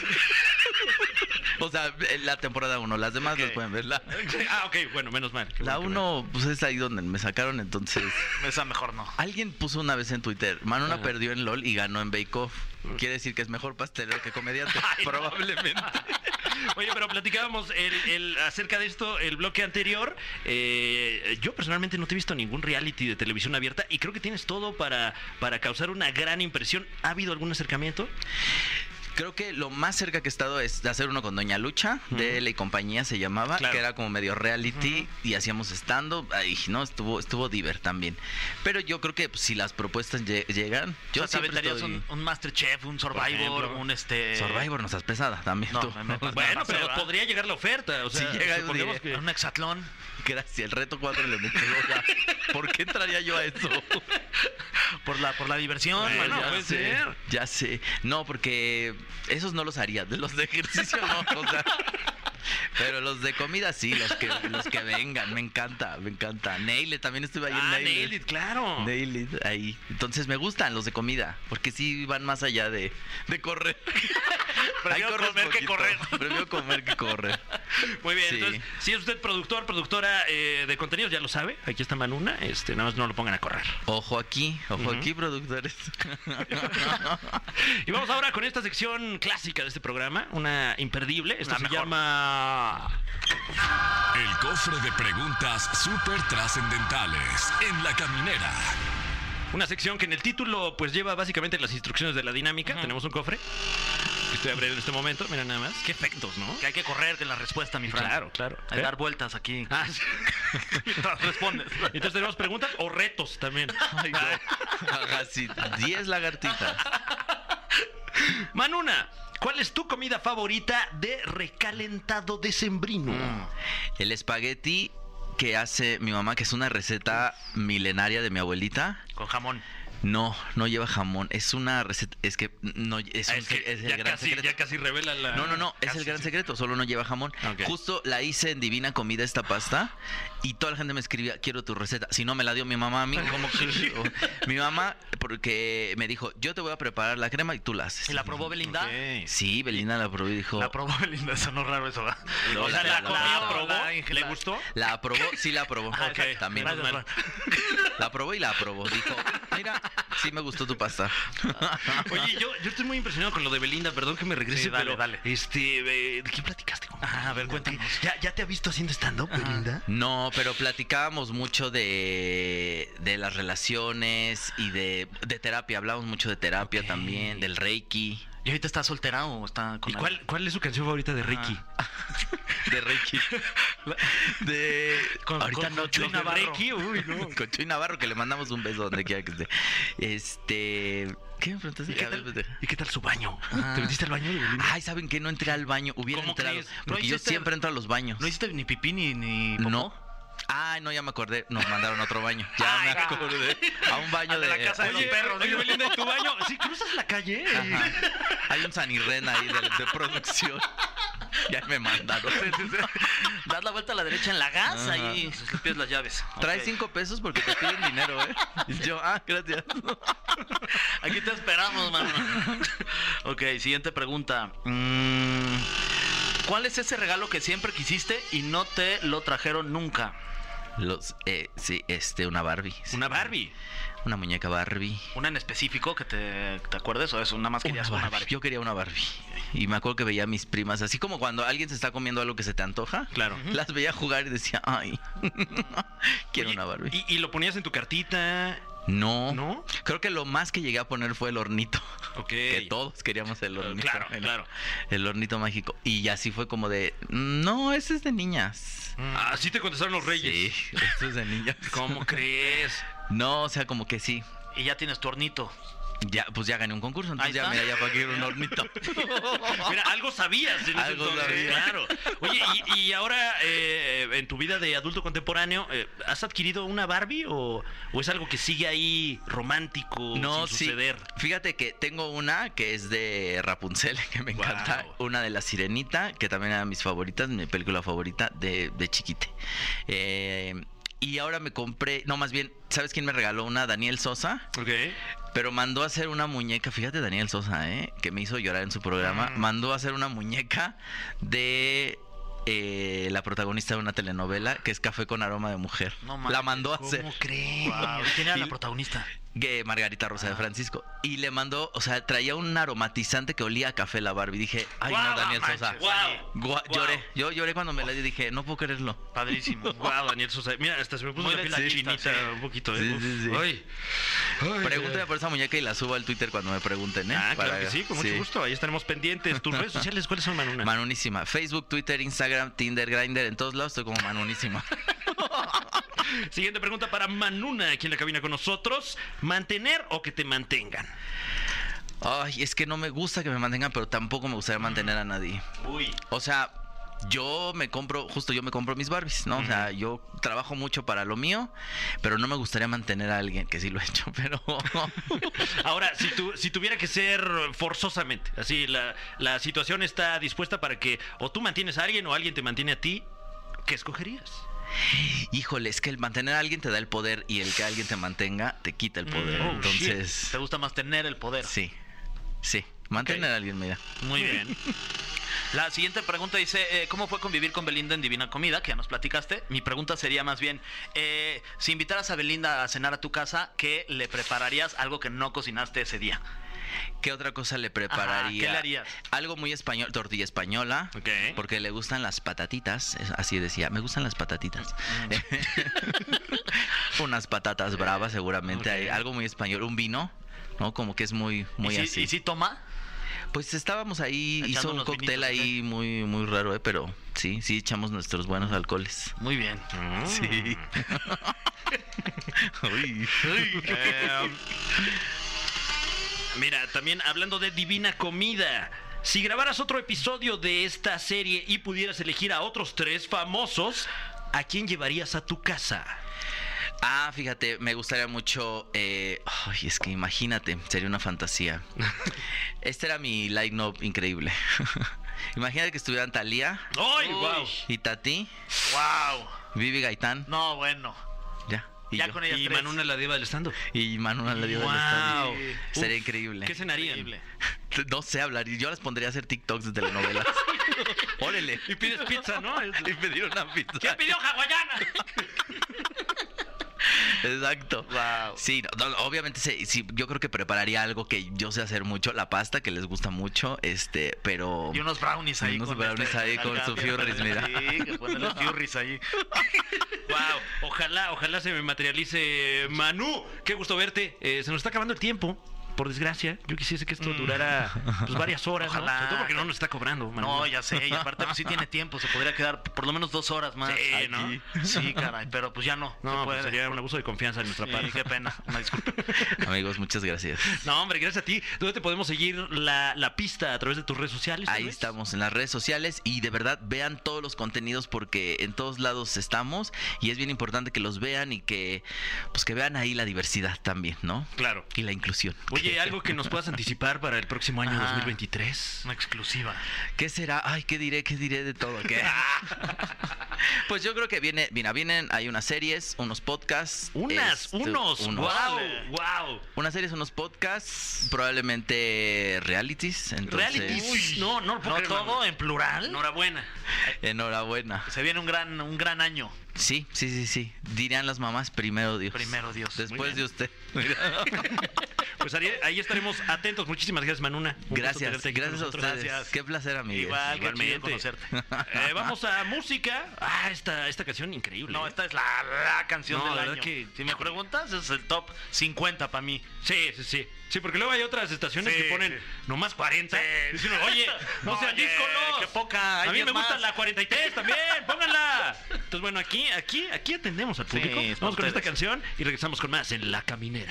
Speaker 5: o sea, la temporada 1, las demás las pueden ver. La,
Speaker 3: ah, ok, bueno, menos mal. qué
Speaker 5: la
Speaker 3: bueno que
Speaker 5: uno, pues es ahí donde me sacaron, entonces.
Speaker 4: nosotros. Esa mejor no.
Speaker 5: Alguien puso una vez en Twitter, Manona perdió en LOL y ganó en Bake Off. Quiere decir que es mejor pastelero que comediante, probablemente.
Speaker 3: me- Oye, pero platicábamos el- el- acerca de esto el bloque anterior. Eh, yo personalmente no te he visto ningún reality de televisión abierta y creo que tienes todo para, para causar una gran impresión. ¿Ha habido algún acercamiento?
Speaker 5: Creo que lo más cerca que he estado es de hacer uno con Doña Lucha, de La y Compañía se llamaba,
Speaker 3: Claro.
Speaker 5: que era como medio reality y hacíamos stand-up. Ay, no, estuvo, estuvo diver también. Pero yo creo que pues, si las propuestas lle- llegan,
Speaker 4: Yo
Speaker 5: yo
Speaker 4: o sea, te
Speaker 5: siempre
Speaker 4: aventarías
Speaker 5: estoy-
Speaker 4: un, un Masterchef, un Survivor,
Speaker 3: ejemplo.
Speaker 4: un este...
Speaker 5: Survivor nos has pesada también.
Speaker 4: No,
Speaker 5: tú.
Speaker 4: me- me-
Speaker 3: Bueno,
Speaker 4: no,
Speaker 3: pero
Speaker 5: Ah,
Speaker 4: ¿verdad?
Speaker 3: podría llegar la oferta. O sea,
Speaker 5: Si llega, yo
Speaker 3: suponemos
Speaker 5: diré.
Speaker 3: que-
Speaker 4: Un Exatlón.
Speaker 5: Gracias, el reto 4 le metió ya. ¿Por qué entraría yo a eso?
Speaker 4: Por la, por la diversión.
Speaker 3: Bueno,
Speaker 4: ya.
Speaker 3: puede
Speaker 5: sé,
Speaker 3: ser.
Speaker 5: Ya sé. No, porque esos no los haría. De los de ejercicio no. o sea. pero los de comida sí, los que, los que vengan. Me encanta, me encanta. Nailed, también estuve ahí en
Speaker 3: Ah,
Speaker 5: Nailed.
Speaker 3: Nailed It, claro.
Speaker 5: Nailed, ahí. Entonces me gustan los de comida, porque sí van más allá de, de correr. Ahí
Speaker 4: Prefiero
Speaker 5: corres
Speaker 4: comer que correr.
Speaker 5: Prefiero comer que correr.
Speaker 3: Muy bien,
Speaker 5: Sí.
Speaker 3: entonces, si es usted productor, productora eh, de contenidos, ya lo sabe. Aquí está Manuna. Este, nada más no lo pongan a correr.
Speaker 5: Ojo aquí, ojo
Speaker 3: Ujú.
Speaker 5: aquí, productores.
Speaker 3: Y vamos ahora con esta sección clásica de este programa, una imperdible. Esta
Speaker 4: La
Speaker 3: se
Speaker 4: mejor.
Speaker 3: llama.
Speaker 2: El cofre de preguntas súper trascendentales en la caminera.
Speaker 3: Una sección que en el título pues lleva básicamente las instrucciones de la dinámica. Tenemos un cofre que estoy abriendo en este momento. Mira nada más. Qué efectos, ¿no?
Speaker 4: Que hay que correr de la respuesta, mi Fran.
Speaker 3: Claro, claro.
Speaker 4: Hay que
Speaker 3: ¿Eh?
Speaker 4: dar vueltas aquí.
Speaker 3: Ah, sí.
Speaker 4: Mientras respondes.
Speaker 3: Entonces tenemos preguntas o retos también.
Speaker 5: Casi 10 lagartijas.
Speaker 3: Manuna, ¿cuál es tu comida favorita de recalentado decembrino?
Speaker 4: Mm.
Speaker 5: El espagueti que hace mi mamá, que es una receta milenaria de mi abuelita,
Speaker 4: Con jamón.
Speaker 5: No, no lleva jamón. Es una receta. Es que no es,
Speaker 3: Ah,
Speaker 5: un
Speaker 3: es
Speaker 5: se-
Speaker 3: que
Speaker 5: es el
Speaker 3: ya,
Speaker 5: gran
Speaker 3: casi,
Speaker 5: secreto.
Speaker 3: ya casi revela la.
Speaker 5: No, no, no, es
Speaker 3: casi,
Speaker 5: el gran
Speaker 3: sí.
Speaker 5: secreto, solo no lleva jamón.
Speaker 3: Ok.
Speaker 5: Justo la hice en Divina Comida esta pasta y toda la gente me escribía, quiero tu receta. Si no, me la dio mi mamá a mí. ¿cómo que? O- mi mamá, porque me dijo, yo te voy a preparar la crema y tú la haces.
Speaker 4: ¿Y la probó Belinda?
Speaker 5: Sí, Belinda la probó y dijo...
Speaker 4: La probó Belinda, eso no es raro eso. ¿va?
Speaker 5: No,
Speaker 3: O sea, la,
Speaker 5: la-
Speaker 3: comió,
Speaker 5: la-
Speaker 3: probó,
Speaker 4: la- Ah,
Speaker 3: ¿Le gustó?
Speaker 5: La aprobó, sí la aprobó.
Speaker 3: Ah,
Speaker 4: exacto.
Speaker 5: También.
Speaker 4: Gracias, Juan.
Speaker 5: La aprobó y la aprobó. Dijo, mira, sí me gustó tu pasta.
Speaker 3: Oye, yo, yo estoy muy impresionado con lo de Belinda, perdón que me regrese,
Speaker 4: Sí, dale,
Speaker 3: pero
Speaker 4: dale.
Speaker 3: este, eh, ¿de qué platicaste con
Speaker 4: Ah, a ver,
Speaker 3: Belinda?
Speaker 4: cuéntanos.
Speaker 3: ¿Ya, ya te ha visto haciendo stand-up, Belinda?
Speaker 5: No, pero platicábamos mucho de, de las relaciones y de, de terapia. Hablábamos mucho de terapia
Speaker 4: Ok.
Speaker 5: también, del reiki.
Speaker 4: ¿Y ahorita está soltera o está con
Speaker 3: ¿Y cuál, cuál es su canción favorita de Ricky?
Speaker 5: De reiki. De.
Speaker 4: Con-
Speaker 5: ahorita
Speaker 4: con-
Speaker 5: no,
Speaker 4: con Chuy
Speaker 5: no, de
Speaker 4: Navarro.
Speaker 5: reiki. Con Chuy Navarro, que le mandamos un beso donde quiera que esté. Este. ¿Qué me preguntaste?
Speaker 3: ¿Y qué
Speaker 5: A ver,
Speaker 3: tal,
Speaker 5: pendeja.
Speaker 3: ¿Y qué tal su baño?
Speaker 4: Ajá.
Speaker 3: ¿Te metiste al baño de Belinda?
Speaker 5: Ay, ¿saben qué? No entré al baño. Hubiera
Speaker 4: ¿Cómo
Speaker 5: entrado.
Speaker 4: crees? ¿No
Speaker 5: Porque yo
Speaker 4: hiciste-
Speaker 5: siempre entro a los baños.
Speaker 4: No hiciste ni pipí ni, ni popó?
Speaker 5: No. Ay, no, ya me acordé. Nos mandaron a otro baño. Ya
Speaker 4: Ay,
Speaker 5: me
Speaker 4: ya.
Speaker 5: acordé. A un baño
Speaker 4: Al Ah, de
Speaker 5: de.
Speaker 4: la casa de los perros,
Speaker 3: oye,
Speaker 4: digo.
Speaker 3: Belinda, ¿y tu baño? ¿Sí cruzas la calle?
Speaker 5: Ajá. Hay un sanirren ahí de, de producción. Ya me mandaron.
Speaker 4: Das la vuelta a la derecha en la gas
Speaker 5: Ajá.
Speaker 4: ahí y pides las llaves.
Speaker 5: Trae
Speaker 4: Ok.
Speaker 5: cinco pesos porque te piden dinero, ¿eh? Y Yo, ah, gracias.
Speaker 4: Aquí te esperamos, mano. ok, siguiente pregunta. Mm, ¿Cuál es ese regalo que siempre quisiste y no te lo trajeron nunca?
Speaker 5: Los, eh, sí, este, una Barbie. sí.
Speaker 3: Una Barbie.
Speaker 5: Una muñeca Barbie.
Speaker 4: ¿Una en específico que te, te acuerdes o eso? Nada más querías una Barbie.
Speaker 5: Yo quería una Barbie. Y me acuerdo que veía a mis primas, así como cuando alguien se está comiendo algo que se te antoja.
Speaker 3: Claro.
Speaker 5: Las veía jugar y decía, ay, quiero
Speaker 3: Oye,
Speaker 5: una Barbie.
Speaker 3: Y, y lo ponías en tu cartita,
Speaker 5: No.
Speaker 4: Oh.
Speaker 3: ¿no?
Speaker 5: Creo que lo más que llegué a poner fue el hornito.
Speaker 3: Ok.
Speaker 5: Que todos queríamos el hornito.
Speaker 3: Claro,
Speaker 5: el,
Speaker 3: claro.
Speaker 5: El hornito mágico. Y así fue como de, no, ese es de niñas.
Speaker 4: Mm.
Speaker 3: Así te contestaron los reyes.
Speaker 5: Sí, esto es de niñas.
Speaker 3: ¿Cómo crees?
Speaker 5: No, o sea, como que sí.
Speaker 4: Y ya tienes tu hornito.
Speaker 5: Ya, pues ya gané un concurso,
Speaker 4: Ahí
Speaker 5: entonces ya,
Speaker 4: está.
Speaker 5: mira, ya para que ir un hornito.
Speaker 3: Mira, algo sabías en ese
Speaker 5: Algo
Speaker 3: entonces,
Speaker 5: sabía.
Speaker 3: Claro. Oye, y, y ahora eh, en tu vida de adulto contemporáneo, eh, ¿has adquirido una Barbie o, o es algo que sigue ahí romántico,
Speaker 5: No,
Speaker 3: sin
Speaker 5: sí.
Speaker 3: suceder?
Speaker 5: Fíjate que tengo una que es de Rapunzel, que me encanta.
Speaker 3: Guau.
Speaker 5: Una de La Sirenita, que también era de mis favoritas, mi película favorita de, de chiquite. Eh, y ahora me compré, no, más bien, ¿sabes quién me regaló una? Daniel Sosa,
Speaker 3: Ok.
Speaker 5: pero mandó a hacer una muñeca, fíjate Daniel Sosa, ¿eh? que me hizo llorar en su programa,
Speaker 3: Mm.
Speaker 5: mandó a hacer una muñeca de... eh, la protagonista de una telenovela que es Café con aroma de mujer.
Speaker 4: No
Speaker 5: la
Speaker 4: manches,
Speaker 5: mandó a
Speaker 4: ¿cómo
Speaker 5: hacer.
Speaker 4: crees? ¿Quién era la
Speaker 5: Y-
Speaker 4: protagonista?
Speaker 5: que Margarita Rosa de
Speaker 4: Ah.
Speaker 5: Francisco. Y le mandó, o sea, traía un aromatizante que olía a café la Barbie. Dije, ay no, Daniel Sosa.
Speaker 3: Guau.
Speaker 5: Gua-
Speaker 3: Guau.
Speaker 5: Lloré, yo lloré cuando me la di dije, no puedo creerlo.
Speaker 4: Padrísimo.
Speaker 3: Wow, Daniel Sosa. Mira, hasta se me puso
Speaker 4: Muy
Speaker 3: la piel
Speaker 4: detallista,
Speaker 3: chinita
Speaker 4: sí.
Speaker 3: un poquito. ¿eh?
Speaker 5: Sí, sí, sí.
Speaker 3: Ay. Ay,
Speaker 5: Pregúntame
Speaker 3: ay.
Speaker 5: por esa muñeca y la subo al Twitter cuando me pregunten, ¿eh?
Speaker 3: Ah,
Speaker 5: Para-
Speaker 3: claro que sí, con mucho gusto. Ahí estaremos pendientes. ¿Tus redes sociales cuáles son, Manuna?
Speaker 5: Manunísima. Facebook, Twitter, Instagram, Tinder, Grinder, en todos lados estoy como Manunísima.
Speaker 3: Siguiente pregunta para Manuna, aquí en la cabina con nosotros. ¿Mantener o que te mantengan?
Speaker 5: Ay, es que no me gusta que me mantengan, pero tampoco me gustaría mantener a nadie.
Speaker 3: Uy.
Speaker 5: O sea, yo me compro, justo yo me compro mis Barbies, ¿no? O sea, yo trabajo mucho para lo mío, pero no me gustaría mantener a alguien, que sí lo he hecho, pero...
Speaker 3: Ahora, si, tu- si tuviera que ser forzosamente, así la, la situación está dispuesta para que o tú mantienes a alguien o alguien te mantiene a ti, ¿qué escogerías?
Speaker 5: Híjole, es que el mantener a alguien te da el poder y el que alguien te mantenga te quita el poder.
Speaker 3: Oh,
Speaker 5: Entonces,
Speaker 4: ¿Te gusta más tener el poder?
Speaker 5: sí, sí, mantener a alguien, mira.
Speaker 4: Muy bien. La siguiente pregunta dice, eh, ¿cómo fue convivir con Belinda en Divina Comida? Que ya nos platicaste. Mi pregunta sería más bien, eh, si invitaras a Belinda a cenar a tu casa, ¿qué le prepararías algo que no cocinaste ese día?
Speaker 5: ¿Qué otra cosa le
Speaker 4: Ajá,
Speaker 5: prepararía?
Speaker 4: ¿Qué le harías?
Speaker 5: Algo muy español, tortilla española.
Speaker 3: Ok.
Speaker 5: Porque le gustan las patatitas, es- así decía, me gustan las patatitas. Unas patatas bravas seguramente,
Speaker 3: ok.
Speaker 5: hay algo muy español, un vino, ¿no? Como que es muy, muy
Speaker 4: ¿Y, si,
Speaker 5: así.
Speaker 4: y si toma?
Speaker 5: Pues estábamos ahí,
Speaker 4: Echando
Speaker 5: hizo un
Speaker 4: unos
Speaker 5: cóctel
Speaker 4: vinitos,
Speaker 5: ahí muy, muy raro, ¿eh? Pero sí, sí echamos nuestros buenos alcoholes.
Speaker 4: Muy bien.
Speaker 5: Sí. Uy.
Speaker 3: Eh, mira, también hablando de Divina Comida. Si grabaras otro episodio de esta serie y pudieras elegir a otros tres famosos, ¿a quién llevarías a tu casa?
Speaker 5: Ah, fíjate, me gustaría mucho. eh, ay, es que imagínate, sería una fantasía. Este era mi light novel increíble. imagínate que estuvieran Talía
Speaker 4: ¡Ay, wow!
Speaker 5: y Tati,
Speaker 4: ¡Wow!
Speaker 5: Vivi Gaitán,
Speaker 4: No, bueno.
Speaker 5: ya. Y,
Speaker 4: ya
Speaker 5: yo.
Speaker 4: con ellas
Speaker 3: Y
Speaker 4: tres.
Speaker 3: Manuna la diva del stand
Speaker 5: Y Manu la Diva del
Speaker 3: Guau.
Speaker 5: Estadio.
Speaker 3: Uf.
Speaker 5: Sería increíble.
Speaker 3: ¿Qué cenarían?
Speaker 4: Increíble.
Speaker 5: No sé hablar. y Yo les pondría a hacer TikToks de telenovelas. Órale.
Speaker 3: Y pides pizza, ¿no?
Speaker 5: Y pedir una pizza.
Speaker 4: ¿Quién pidió hawaiana?
Speaker 5: Exacto.
Speaker 4: Wow.
Speaker 5: Sí, no, no, obviamente sí, sí, yo creo que prepararía algo que yo sé hacer mucho, la pasta que les gusta mucho, este, pero
Speaker 4: Y unos brownies ahí.
Speaker 5: Unos
Speaker 4: con
Speaker 5: brownies
Speaker 4: este-
Speaker 5: ahí con su Furries, mira.
Speaker 4: Sí, que ponen los Furries ahí.
Speaker 3: Wow, ojalá, ojalá se me materialice. Manu, qué gusto verte. Eh, se nos está acabando el tiempo. Por desgracia, yo quisiese que esto durara pues, varias horas, ¿no?
Speaker 4: Mm. Ojalá.
Speaker 3: Sobre todo porque no nos está cobrando, Manu.
Speaker 4: No, ya sé, y aparte pues, sí tiene tiempo, se podría quedar por lo menos dos horas más.
Speaker 3: Sí,
Speaker 4: aquí.
Speaker 3: ¿no?
Speaker 4: Sí, caray, pero pues ya no.
Speaker 3: No,
Speaker 4: se
Speaker 3: pues
Speaker 4: puede.
Speaker 3: sería un abuso de confianza de nuestra parte.
Speaker 4: Sí, qué pena, una disculpa.
Speaker 5: amigos, muchas gracias.
Speaker 3: No, hombre, gracias a ti. ¿Dónde te podemos seguir la, la pista a través de tus redes sociales? tal
Speaker 5: Ahí
Speaker 3: vez?
Speaker 5: estamos en las redes sociales y de verdad vean todos los contenidos porque en todos lados estamos y es bien importante que los vean y que pues que vean ahí la diversidad también, ¿no?
Speaker 3: Claro.
Speaker 5: Y la inclusión.
Speaker 3: Oye, algo que nos puedas anticipar para el próximo año
Speaker 4: Ajá.
Speaker 3: 2023.
Speaker 4: Una exclusiva.
Speaker 5: ¿Qué será? Ay, ¿qué diré? ¿Qué diré de todo? ¿Qué? pues yo creo que viene, mira, vienen, hay unas series, unos podcasts.
Speaker 3: Unas,
Speaker 5: este,
Speaker 3: unos, wow,
Speaker 4: Órale.
Speaker 3: wow.
Speaker 5: Unas series, unos podcasts, probablemente realities. Entonces,
Speaker 3: Realities. Uy, no, no lo puedo
Speaker 4: No
Speaker 3: creer,
Speaker 4: todo
Speaker 3: Manuel.
Speaker 4: en plural.
Speaker 3: Enhorabuena.
Speaker 5: Enhorabuena.
Speaker 4: Se viene un gran, un gran año.
Speaker 5: Sí, sí, sí, sí. Dirían las mamás, primero Dios.
Speaker 4: Primero Dios.
Speaker 5: Después
Speaker 4: Muy bien.
Speaker 5: de usted.
Speaker 3: Pues ahí, ahí estaremos atentos. Muchísimas gracias, Manuna. Un gusto
Speaker 5: Gracias,
Speaker 3: tenerte aquí con
Speaker 5: gracias a
Speaker 3: nosotros.
Speaker 5: ustedes. Qué placer, amigos.
Speaker 4: Igual, qué chido
Speaker 3: Igualmente.
Speaker 4: conocerte.
Speaker 3: Eh, vamos a música. Ah, esta, esta canción increíble.
Speaker 4: No,
Speaker 3: ¿eh?
Speaker 4: esta es la, la canción
Speaker 3: No,
Speaker 4: del
Speaker 3: la verdad
Speaker 4: año.
Speaker 3: que-
Speaker 4: si me preguntas, es el top 50 para mí.
Speaker 3: Sí, sí, sí. Sí, porque luego hay otras estaciones
Speaker 4: Sí,
Speaker 3: que ponen
Speaker 4: sí.
Speaker 3: nomás 40. Dicen, oye, no sean
Speaker 4: Oye,
Speaker 3: díscolos.
Speaker 4: qué poca, hay
Speaker 3: A mí
Speaker 4: diez
Speaker 3: me gusta
Speaker 4: más.
Speaker 3: la 43 también, pónganla. Entonces, bueno, aquí, aquí, aquí atendemos al
Speaker 4: Sí,
Speaker 3: público.
Speaker 4: es para
Speaker 3: vamos con esta
Speaker 4: ustedes.
Speaker 3: canción y regresamos con más en La Caminera.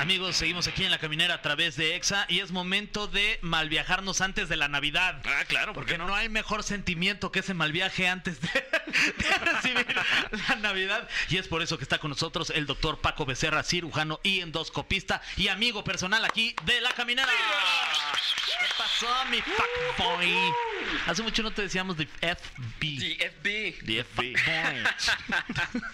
Speaker 4: Amigos, seguimos aquí en la caminera a través de EXA y es momento de malviajarnos antes de la Navidad.
Speaker 3: Ah, claro,
Speaker 4: Porque no hay mejor sentimiento que ese mal viaje antes de, de recibir la Navidad. Y es por eso que está con nosotros el doctor Paco Becerra, cirujano y endoscopista y amigo personal aquí de La Caminera. ¿Qué pasó, mi fuckboy? Hace mucho no te decíamos de FB.
Speaker 6: DFB.
Speaker 4: The FB.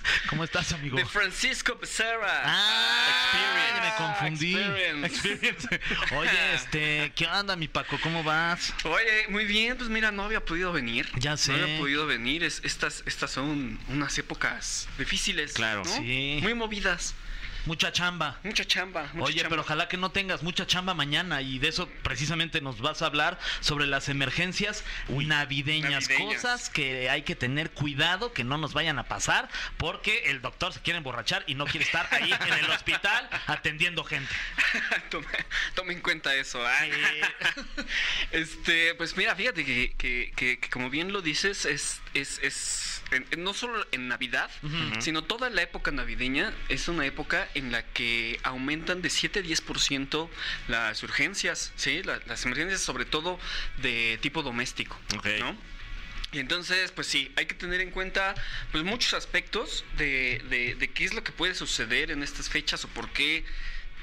Speaker 4: ¿Cómo estás, amigo?
Speaker 6: De Francisco Becerra.
Speaker 4: Ah,
Speaker 6: Experience.
Speaker 4: me confundí.
Speaker 6: Experience.
Speaker 4: Oye, este, ¿qué onda, mi Paco? ¿Cómo vas?
Speaker 6: Oye, muy bien, pues mira, no había podido venir.
Speaker 4: Ya sé.
Speaker 6: No había podido venir. Es- estas, estas son unas épocas difíciles.
Speaker 4: Claro.
Speaker 6: ¿no?
Speaker 4: Sí.
Speaker 6: Muy movidas.
Speaker 4: Mucha chamba.
Speaker 6: Mucha chamba. mucha
Speaker 4: Oye,
Speaker 6: chamba.
Speaker 4: pero ojalá que no tengas mucha chamba mañana y de eso precisamente nos vas a hablar sobre las emergencias navideñas,
Speaker 6: Navideñas.
Speaker 4: cosas que hay que tener cuidado que no nos vayan a pasar porque el doctor se quiere emborrachar y no quiere estar ahí en el hospital atendiendo gente.
Speaker 6: toma, toma en cuenta eso. ay. este, pues mira, fíjate que, que- que- que como bien lo dices, es, es, es en- en- no solo en Navidad, sino toda la época navideña es una época en la que aumentan de 7 a 10% las urgencias, ¿sí? La- las emergencias sobre todo de tipo doméstico, ¿no? Y entonces, pues sí, hay que tener en cuenta pues muchos aspectos de, de- de qué es lo que puede suceder en estas fechas o por qué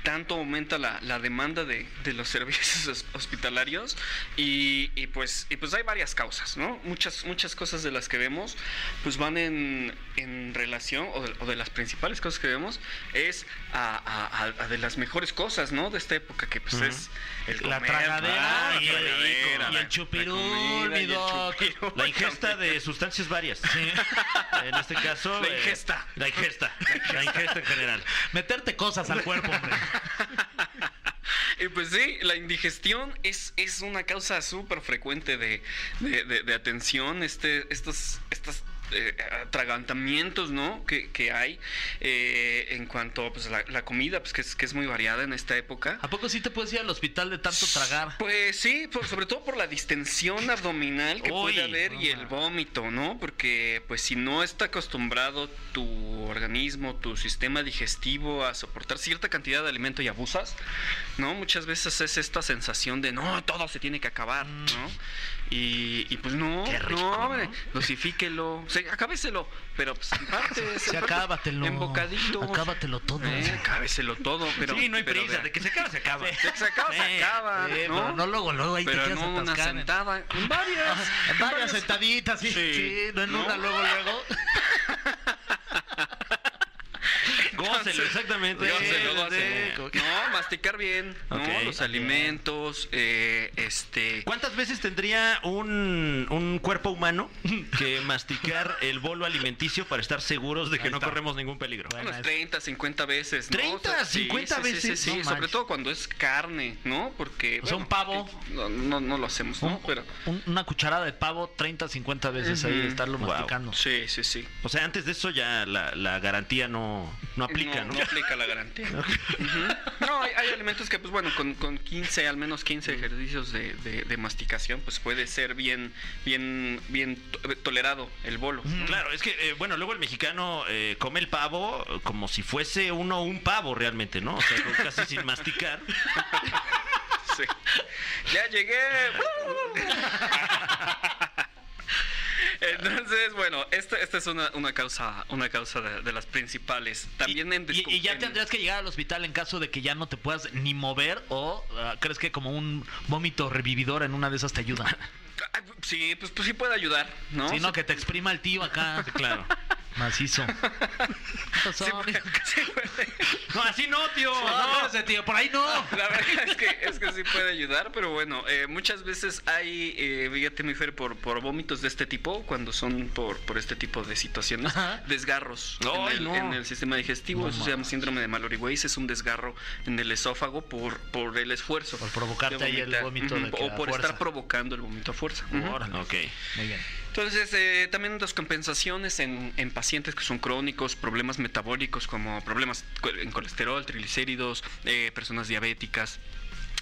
Speaker 6: tanto aumenta la, la demanda de, de los servicios hos- hospitalarios y, y pues y pues hay varias causas, ¿no? Muchas, muchas cosas de las que vemos pues van en, en relación o de, o de las principales cosas que vemos es a, a- a- a de las mejores cosas, ¿no? De esta época que pues es el
Speaker 4: La
Speaker 6: comer,
Speaker 4: tragadera
Speaker 6: ¿no?
Speaker 4: y,
Speaker 6: La
Speaker 4: el-
Speaker 6: tragadera,
Speaker 4: y
Speaker 6: la-
Speaker 4: el
Speaker 6: la
Speaker 4: chupirul,
Speaker 6: comida
Speaker 4: mi
Speaker 6: y el
Speaker 4: doc.
Speaker 6: chupirul.
Speaker 3: La ingesta de sustancias varias.
Speaker 4: Sí.
Speaker 3: En este caso.
Speaker 6: La
Speaker 3: eh,
Speaker 6: ingesta.
Speaker 3: la ingesta. La ingesta en general.
Speaker 4: Meterte cosas al cuerpo, hombre.
Speaker 6: Y pues sí, la indigestión es, es una causa súper frecuente de, de- de- de atención, este, estos, estos eh, atragantamientos, ¿no? Que, que hay eh, en cuanto a pues, la, la comida, pues que es, que es muy variada en esta época.
Speaker 4: ¿A poco sí te puedes ir al hospital de tanto tragar?
Speaker 6: Pues sí, por- sobre todo por la distensión abdominal que
Speaker 3: Uy,
Speaker 6: puede haber y
Speaker 4: no.
Speaker 6: el vómito, ¿no? Porque pues si no está acostumbrado tu organismo, tu sistema digestivo a soportar cierta cantidad de alimento y abusas, ¿no? Muchas veces es esta sensación de no, todo se tiene que acabar, ¿no? Y, y, pues no,
Speaker 3: Mm. Qué rico,
Speaker 6: no,
Speaker 3: ¿no?
Speaker 6: eh, dosifíquelo. Sí, se- acábeselo, pero pues en partes,
Speaker 4: Sí,
Speaker 6: en partes,
Speaker 4: acábatelo.
Speaker 6: en bocaditos.
Speaker 4: Acábatelo todo.
Speaker 6: Eh, acábeselo todo, pero
Speaker 3: sí, no hay
Speaker 6: pero
Speaker 3: prisa,
Speaker 6: vea,
Speaker 3: de que se acaba, se acaba.
Speaker 6: de que se acaba, se
Speaker 4: Eh,
Speaker 6: acaba,
Speaker 4: eh,
Speaker 6: ¿no?
Speaker 4: Pero no luego, luego ahí
Speaker 6: Pero
Speaker 4: te
Speaker 6: en
Speaker 4: quedas
Speaker 6: una
Speaker 4: atascado.
Speaker 6: sentada, en varias,
Speaker 4: En varias sentaditas, sí.
Speaker 6: Sí.
Speaker 4: sí, no en una,
Speaker 6: ¿No?
Speaker 4: luego, luego.
Speaker 3: Gócelo, exactamente.
Speaker 6: Gócelo,
Speaker 3: Sí,
Speaker 6: gócelo.
Speaker 3: sí.
Speaker 6: No, masticar bien,
Speaker 3: Ok.
Speaker 6: ¿no? Los alimentos, eh, este...
Speaker 3: ¿Cuántas veces tendría un, un cuerpo humano que masticar el bolo alimenticio para estar seguros de que no corremos ningún peligro?
Speaker 6: Unas 30, 50 veces, ¿no?
Speaker 3: 30, 50
Speaker 6: sí, sí, sí,
Speaker 3: veces,
Speaker 6: Sí,
Speaker 3: no
Speaker 6: sí, sobre
Speaker 3: manches.
Speaker 6: todo cuando es carne, ¿no? Porque.
Speaker 4: O sea, un pavo.
Speaker 6: eh, No, no, no lo hacemos, ¿no?
Speaker 4: Un-
Speaker 6: Pero.
Speaker 4: un- una cucharada de pavo 30, 50 veces ahí
Speaker 6: Ujú.
Speaker 4: estarlo
Speaker 3: Wow.
Speaker 4: masticando.
Speaker 6: Sí, sí, sí.
Speaker 3: O sea, antes de eso ya la, la garantía no, no aplica,
Speaker 6: no,
Speaker 3: ¿no?
Speaker 6: no aplica la garantía. Ujú. No, hay, hay alimentos que, pues bueno, con, con 15, al menos 15 ejercicios de, de- de masticación, pues puede ser bien, bien, bien to- eh, tolerado el bolo.
Speaker 3: Mm, Claro, es que, eh, bueno, luego el mexicano eh, come el pavo como si fuese uno un pavo realmente, ¿no? O sea, con- casi sin masticar.
Speaker 6: Sí. Ya llegué. Entonces, bueno, esta, esta es una, una causa, una causa de, de las principales. También en
Speaker 4: Y, y ya
Speaker 6: en-
Speaker 4: tendrías que llegar al hospital en caso de que ya no te puedas ni mover o ah, crees que como un vómito revividor en una de esas te ayuda.
Speaker 6: Ay, Sí, pues, pues sí puede ayudar, ¿no?
Speaker 4: Sino que te exprima el tío acá.
Speaker 3: Claro.
Speaker 4: Macizo.
Speaker 6: Sí puede- sí puede.
Speaker 3: No, así no, tío.
Speaker 4: No,
Speaker 3: No.
Speaker 4: ese tío, por ahí no.
Speaker 6: La verdad es que, es que sí puede ayudar, pero bueno, eh, muchas veces hay, eh, fíjate, mi Fer, por, por vómitos de este tipo, cuando son por, por este tipo de situaciones,
Speaker 4: Ajá.
Speaker 6: desgarros
Speaker 3: Ay,
Speaker 6: en, el,
Speaker 3: no.
Speaker 6: en el sistema digestivo.
Speaker 4: No
Speaker 6: Eso se llama
Speaker 4: mames.
Speaker 6: síndrome de mallory weiss es un desgarro en el esófago por, por el esfuerzo.
Speaker 4: Por provocarte
Speaker 6: de
Speaker 4: ahí el
Speaker 6: vomitar.
Speaker 4: vómito de
Speaker 6: Ujú,
Speaker 4: que
Speaker 6: O
Speaker 4: a
Speaker 6: por
Speaker 4: fuerza.
Speaker 6: estar provocando el vómito a fuerza. Ujú.
Speaker 3: Ok.
Speaker 4: Muy bien.
Speaker 6: Entonces, eh, también las compensaciones en, en pacientes que son crónicos, problemas metabólicos como problemas co- en colesterol, triglicéridos, eh, personas diabéticas.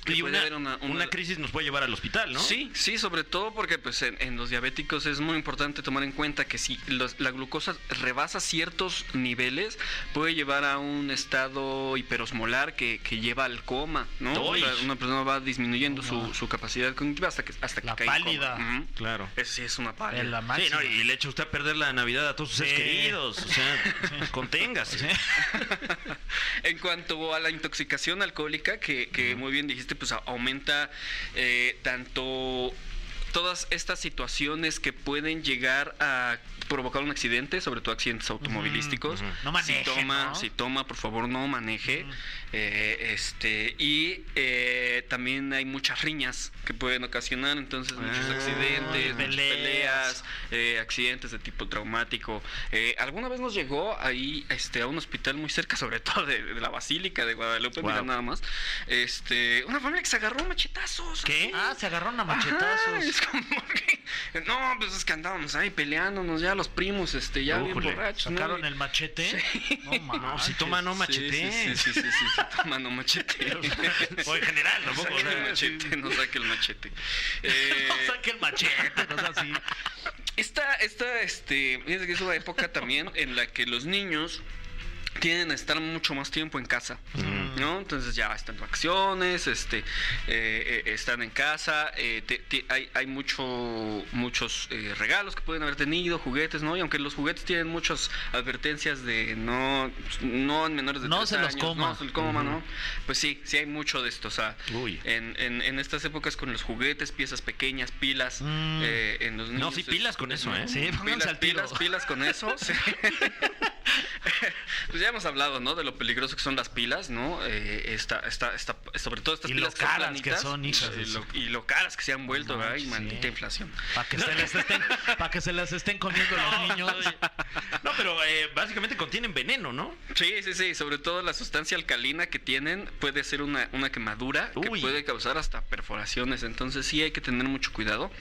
Speaker 6: Que
Speaker 3: Y
Speaker 6: puede
Speaker 3: una,
Speaker 6: haber una- una-
Speaker 3: una crisis nos puede llevar al hospital, ¿no?
Speaker 6: Sí, sí, sobre todo porque pues en, en los diabéticos es muy importante tomar en cuenta que si los- la glucosa rebasa ciertos niveles, puede llevar a un estado hiperosmolar que, que lleva al coma, ¿no? O
Speaker 3: ¡Ay!
Speaker 6: sea, una persona va disminuyendo su, su capacidad cognitiva hasta que hasta que
Speaker 4: La
Speaker 6: cae en coma.
Speaker 4: pálida.
Speaker 6: Ujú.
Speaker 3: Claro.
Speaker 6: Eso sí es una pálida.
Speaker 4: En la
Speaker 3: Sí,
Speaker 4: máxima.
Speaker 3: no, y le echa usted a perder la Navidad a todos sus seres
Speaker 4: Sí.
Speaker 3: queridos. O sea, conténgase.
Speaker 6: En cuanto a la intoxicación alcohólica, que, que muy bien dijiste, pues a- aumenta eh, tanto todas estas situaciones que pueden llegar a provocar un accidente, sobre todo accidentes automovilísticos.
Speaker 3: ujú.
Speaker 4: No maneje,
Speaker 6: Si toma,
Speaker 4: ¿no?
Speaker 6: si toma, por favor, no maneje. Eh, este Y eh, también hay muchas riñas que pueden ocasionar, entonces, muchos
Speaker 3: Ah,
Speaker 6: accidentes, muchas
Speaker 4: peleas.
Speaker 6: peleas, eh, accidentes de tipo traumático. Eh, alguna vez nos llegó ahí este, a un hospital muy cerca, sobre todo de, de la Basílica de Guadalupe,
Speaker 3: Wow.
Speaker 6: mira nada más. Este, una familia que se agarró a machetazos.
Speaker 3: ¿Qué?
Speaker 4: Ah, se agarraron a
Speaker 6: Ajá,
Speaker 4: machetazos.
Speaker 6: es como que- no, pues es que andábamos ahí peleándonos ya los primos, este, ya
Speaker 3: Újule,
Speaker 6: bien borrachos. ¿no?
Speaker 4: Sacaron
Speaker 6: Y-
Speaker 4: el machete. No,
Speaker 3: No,
Speaker 4: mames.
Speaker 3: si toma, no machete.
Speaker 6: Sí, sí, sí, sí, sí, sí, sí, toma, no machete.
Speaker 4: pues,
Speaker 3: O en general, tampoco.
Speaker 6: Saque
Speaker 3: o
Speaker 6: el
Speaker 3: sea,
Speaker 6: machete, no saque el machete. Eh,
Speaker 4: No saque el machete, no es así.
Speaker 6: Esta, esta, este, fíjense que es una época también en la que los niños tienden a estar mucho más tiempo en casa, ¿no? Entonces ya están de vacaciones, este, eh, eh, están en casa, eh, te- te- hay, hay mucho, muchos eh, regalos que pueden haber tenido, juguetes, ¿no? Y aunque los juguetes tienen muchas advertencias de no, no en menores de
Speaker 4: No
Speaker 6: 30
Speaker 4: se los
Speaker 6: años,
Speaker 4: coma.
Speaker 6: no se los coma, ¿no? Pues sí, sí hay mucho de esto, o sea,
Speaker 3: Uy.
Speaker 6: en, en, en estas épocas con los juguetes, piezas pequeñas, pilas,
Speaker 4: Mm.
Speaker 6: eh, en los niños.
Speaker 3: No, sí,
Speaker 6: es-
Speaker 3: pilas con eso, ¿eh?
Speaker 4: Sí, pónganse
Speaker 6: pilas,
Speaker 4: al tiro.
Speaker 6: pilas, pilas con eso. sí. pues ya hemos hablado, ¿no? De lo peligroso que son las pilas, ¿no? Eh, esta, esta, esta, sobre todo estas
Speaker 4: Y lo
Speaker 6: pilas son
Speaker 4: caras que
Speaker 6: planitas,
Speaker 4: son, hijas de
Speaker 6: y,
Speaker 4: su-
Speaker 6: lo, y lo caras que se han vuelto,
Speaker 4: No
Speaker 6: ay,
Speaker 4: manches,
Speaker 6: maldita
Speaker 4: sí.
Speaker 6: inflación.
Speaker 4: Para que, se las estén- pa' que se las estén comiendo los niños.
Speaker 3: No, pero eh, básicamente contienen veneno, ¿no?
Speaker 6: Sí, sí, sí, sobre todo la sustancia alcalina que tienen puede ser una, una quemadura
Speaker 3: Uy.
Speaker 6: que puede causar hasta perforaciones, entonces sí hay que tener mucho cuidado.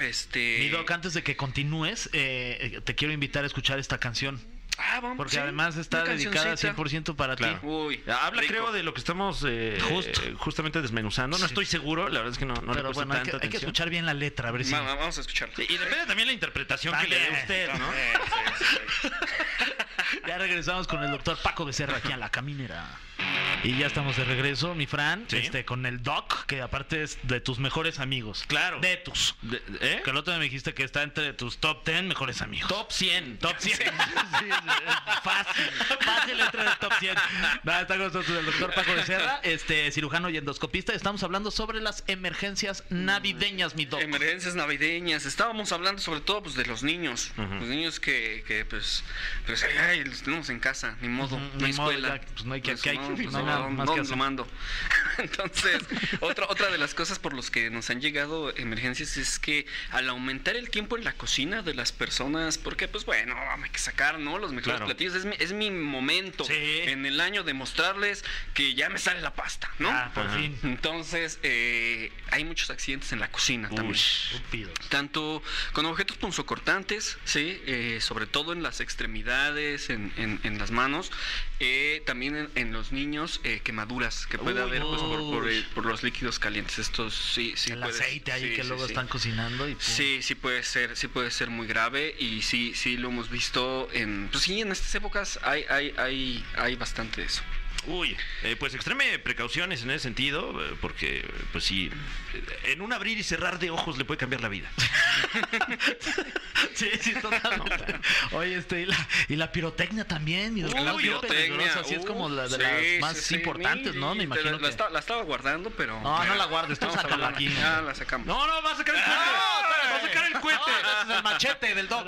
Speaker 6: Este...
Speaker 4: Mi Doc, antes de que continúes, eh, eh, te quiero invitar a escuchar esta canción.
Speaker 6: Ah, vamos,
Speaker 4: Porque
Speaker 6: sí,
Speaker 4: además está
Speaker 6: una
Speaker 4: dedicada
Speaker 6: cancioncita.
Speaker 4: 100% para
Speaker 3: Claro.
Speaker 4: ti.
Speaker 6: Uy,
Speaker 3: Habla,
Speaker 6: rico.
Speaker 3: creo, de lo que estamos eh,
Speaker 4: Justo.
Speaker 3: eh, justamente desmenuzando. No estoy seguro, la verdad es que no, no le
Speaker 4: Pero
Speaker 3: puse
Speaker 4: bueno, hay que,
Speaker 3: tanta
Speaker 4: hay que
Speaker 3: atención.
Speaker 4: escuchar bien la letra, a ver si.
Speaker 6: Va- va- vamos a escucharla.
Speaker 3: Sí, y depende también la interpretación que le dé
Speaker 4: También,
Speaker 3: usted, ¿no?
Speaker 4: Ya regresamos con el doctor Paco Becerra aquí a la caminera. Y ya estamos de regreso, mi Fran,
Speaker 3: Sí.
Speaker 4: este, con el Doc, que aparte es de tus mejores amigos. Claro. De tus.
Speaker 3: ¿Eh?
Speaker 4: Que el otro día me dijiste que está entre tus top 10 mejores amigos.
Speaker 3: Top 100.
Speaker 4: Top 100. fácil. Fácil entre el top 100. Nada, está con nosotros el doctor Paco Becerra, este, cirujano y endoscopista. Estamos hablando sobre las emergencias navideñas, mi doc.
Speaker 6: Emergencias navideñas. Estábamos hablando sobre todo pues, de los niños. Los niños que, que, pues, pues ay, ay, los tenemos en casa, ni modo,
Speaker 4: Ujú,
Speaker 6: no hay
Speaker 4: ni modo,
Speaker 6: escuela.
Speaker 4: ya, pues, no hay que-
Speaker 6: Pues,
Speaker 4: que hay-
Speaker 6: no, pues,
Speaker 4: no hay
Speaker 6: no,
Speaker 4: nada más
Speaker 6: no
Speaker 4: que
Speaker 6: lo
Speaker 4: hacer.
Speaker 6: mando. Entonces, otra, otra de las cosas por las que nos han llegado emergencias es que al aumentar el tiempo en la cocina de las personas, porque pues bueno, hay que sacar, ¿no? Los mejores
Speaker 3: Claro.
Speaker 6: platillos. Es mi, es mi momento
Speaker 4: Sí.
Speaker 6: en el año de mostrarles que ya me sale la pasta, ¿no?
Speaker 4: Ah, por
Speaker 3: Ajá.
Speaker 4: fin.
Speaker 6: Entonces, eh, hay muchos accidentes en la cocina también.
Speaker 4: Estúpidos.
Speaker 6: Tanto con objetos punzocortantes, ¿sí? Eh, sobre todo en las extremidades, en, en- en las manos, eh, también en, en los niños, eh, quemaduras que puede
Speaker 4: Uy,
Speaker 6: haber pues, por, por,
Speaker 4: uy.
Speaker 6: eh, por los líquidos calientes. Estos sí, sí.
Speaker 4: el
Speaker 6: puede-
Speaker 4: aceite ahí
Speaker 6: sí,
Speaker 4: que
Speaker 6: sí,
Speaker 4: luego
Speaker 6: sí.
Speaker 4: están cocinando y pum.
Speaker 6: Sí, sí puede ser, sí puede ser muy grave y sí, sí lo hemos visto en, pues sí, en estas épocas hay, hay, hay, hay bastante de eso.
Speaker 3: Uy, eh, pues extreme precauciones en ese sentido, eh, porque, eh, pues sí, eh, en un abrir y cerrar de ojos le puede cambiar la vida.
Speaker 4: Sí, sí, totalmente. Oye, este, y la, y la pirotecnia también, mi doctor.
Speaker 6: Uy,
Speaker 4: Bien peligrosa,
Speaker 6: pirotecnia,
Speaker 4: sí es como
Speaker 6: uh,
Speaker 4: la de
Speaker 6: sí,
Speaker 4: las
Speaker 6: sí,
Speaker 4: más
Speaker 6: sí,
Speaker 4: importantes,
Speaker 6: mira,
Speaker 4: ¿no? Me
Speaker 6: te
Speaker 4: imagino
Speaker 6: La,
Speaker 4: que...
Speaker 6: la esta- la estaba guardo, pero...
Speaker 4: No, no la guardes, tú
Speaker 6: Estamos
Speaker 4: sácala
Speaker 6: hablando-
Speaker 4: aquí.
Speaker 6: Ah, la sacamos.
Speaker 3: No, no, va a sacar el cohete. va a sacar el cohete.
Speaker 4: ese es el machete del doc.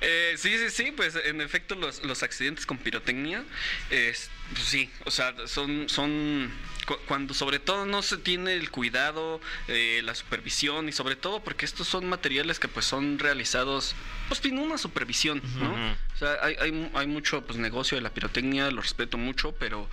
Speaker 6: Eh, sí, sí, sí, pues en efecto los, los accidentes con pirotecnia, es- pues, sí, o sea, son, son cu- cuando sobre todo no se tiene el cuidado, eh, la supervisión y sobre todo porque estos son materiales que pues son realizados pues sin una supervisión, ¿no? O sea, hay, hay, mu- hay mucho pues negocio de la pirotecnia, lo respeto mucho, pero,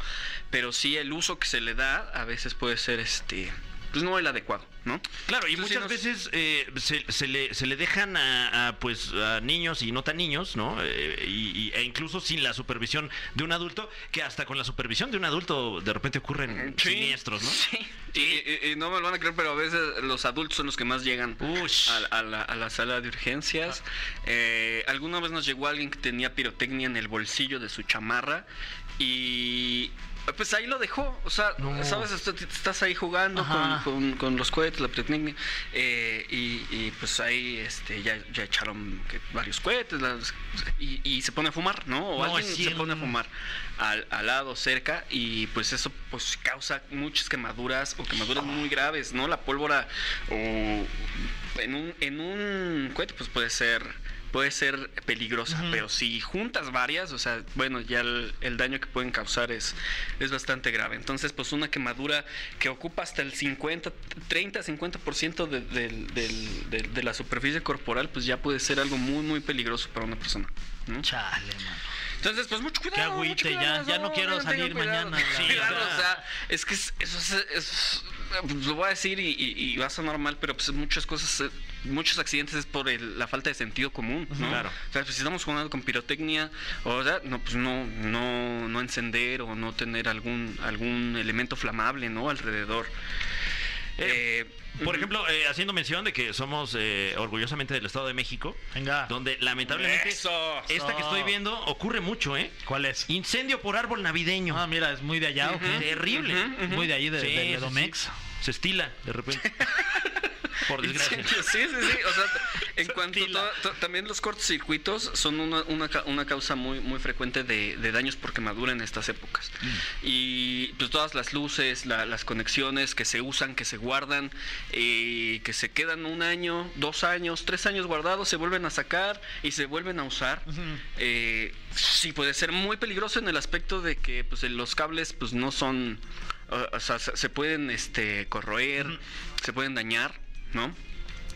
Speaker 6: pero sí el uso que se le da a veces puede ser este, pues no el adecuado, ¿no?
Speaker 3: Claro, y
Speaker 6: Entonces,
Speaker 3: muchas
Speaker 6: sí nos-
Speaker 3: veces eh, se, se le, se le dejan a, a, pues, a niños y no tan niños, ¿no? Eh, y, y- e incluso sin la supervisión de un adulto, que hasta con la supervisión de un adulto de repente ocurren
Speaker 6: Sí.
Speaker 3: siniestros, ¿no?
Speaker 6: Sí. Y, y- y no me lo van a creer, pero a veces los adultos son los que más llegan
Speaker 3: Ush.
Speaker 6: a, la- a la, a la sala de urgencias. Eh, alguna vez nos llegó alguien que tenía pirotecnia en el bolsillo de su chamarra y... Pues ahí lo dejó, o sea, sabes, Est- est- estás ahí jugando con,
Speaker 4: Ajá.
Speaker 6: con- con los cohetes, la pirotecnia, eh, y, y, pues ahí este, ya, ya echaron que varios cohetes las- y, y se pone a fumar, ¿no? O
Speaker 4: No,
Speaker 6: alguien
Speaker 4: es
Speaker 6: se pone a
Speaker 4: cierto.
Speaker 6: fumar al, al lado, cerca, y pues eso pues causa muchas quemaduras o quemaduras
Speaker 4: Ah.
Speaker 6: muy graves, ¿no? La pólvora o en un, en un cohete pues puede ser puede ser peligrosa, pero si juntas varias, o sea, bueno, ya el, el daño que pueden causar es, es bastante grave. Entonces, pues una quemadura que ocupa hasta el 50, 30, 50% de, del- del- del- de la superficie corporal, pues ya puede ser algo muy, muy peligroso para una persona. ¿no?
Speaker 4: Chale, mano.
Speaker 6: Entonces, pues mucho cuidado.
Speaker 4: Qué agüite,
Speaker 6: mucho cuidado,
Speaker 4: ya- ya no quiero
Speaker 6: tengan
Speaker 4: salir
Speaker 6: cuidado.
Speaker 4: mañana, la
Speaker 6: Sí,
Speaker 4: verdad.
Speaker 6: claro, o sea, es que es- eso es, es- pues, lo voy a decir y, y- y va a sonar mal, pero pues muchas cosas, eh, muchos accidentes es por el- la falta de sentido común, ¿no?
Speaker 3: Claro.
Speaker 6: O sea, pues, si estamos jugando con pirotecnia, o sea, no, pues no, no, no encender o no tener algún, algún elemento flamable, ¿no? Alrededor.
Speaker 3: Eh,
Speaker 6: Eh,
Speaker 3: Por
Speaker 6: ujú.
Speaker 3: ejemplo, eh, haciendo mención de que somos eh, orgullosamente del Estado de México,
Speaker 4: Venga.
Speaker 3: donde lamentablemente
Speaker 6: Eso.
Speaker 4: eh,
Speaker 3: esta que estoy viendo ocurre mucho, ¿eh?
Speaker 4: ¿Cuál es?
Speaker 3: Incendio por árbol navideño.
Speaker 4: Ah, mira, es muy de allá, ¿o qué?
Speaker 3: Terrible.
Speaker 6: Ujú, ujú.
Speaker 4: Muy de ahí, de,
Speaker 3: Sí,
Speaker 4: de
Speaker 3: sí,
Speaker 4: Ledomex.
Speaker 3: sí. Se estila de repente. por
Speaker 4: pues,
Speaker 3: desgracia.
Speaker 6: Sí, sí, sí. O sea, en cuanto a todo- to- también los cortocircuitos son una, una, ca- una causa muy, muy frecuente de, de daños por quemadura en estas épocas. Y pues todas las luces, la- las conexiones que se usan, que se guardan, eh, que se quedan un año, dos años, tres años guardados, se vuelven a sacar y se vuelven a usar. Eh, sí, puede ser muy peligroso en el aspecto de que pues, el- los cables pues no son, o- o sea, se, se pueden este, corroer, se pueden dañar, ¿no?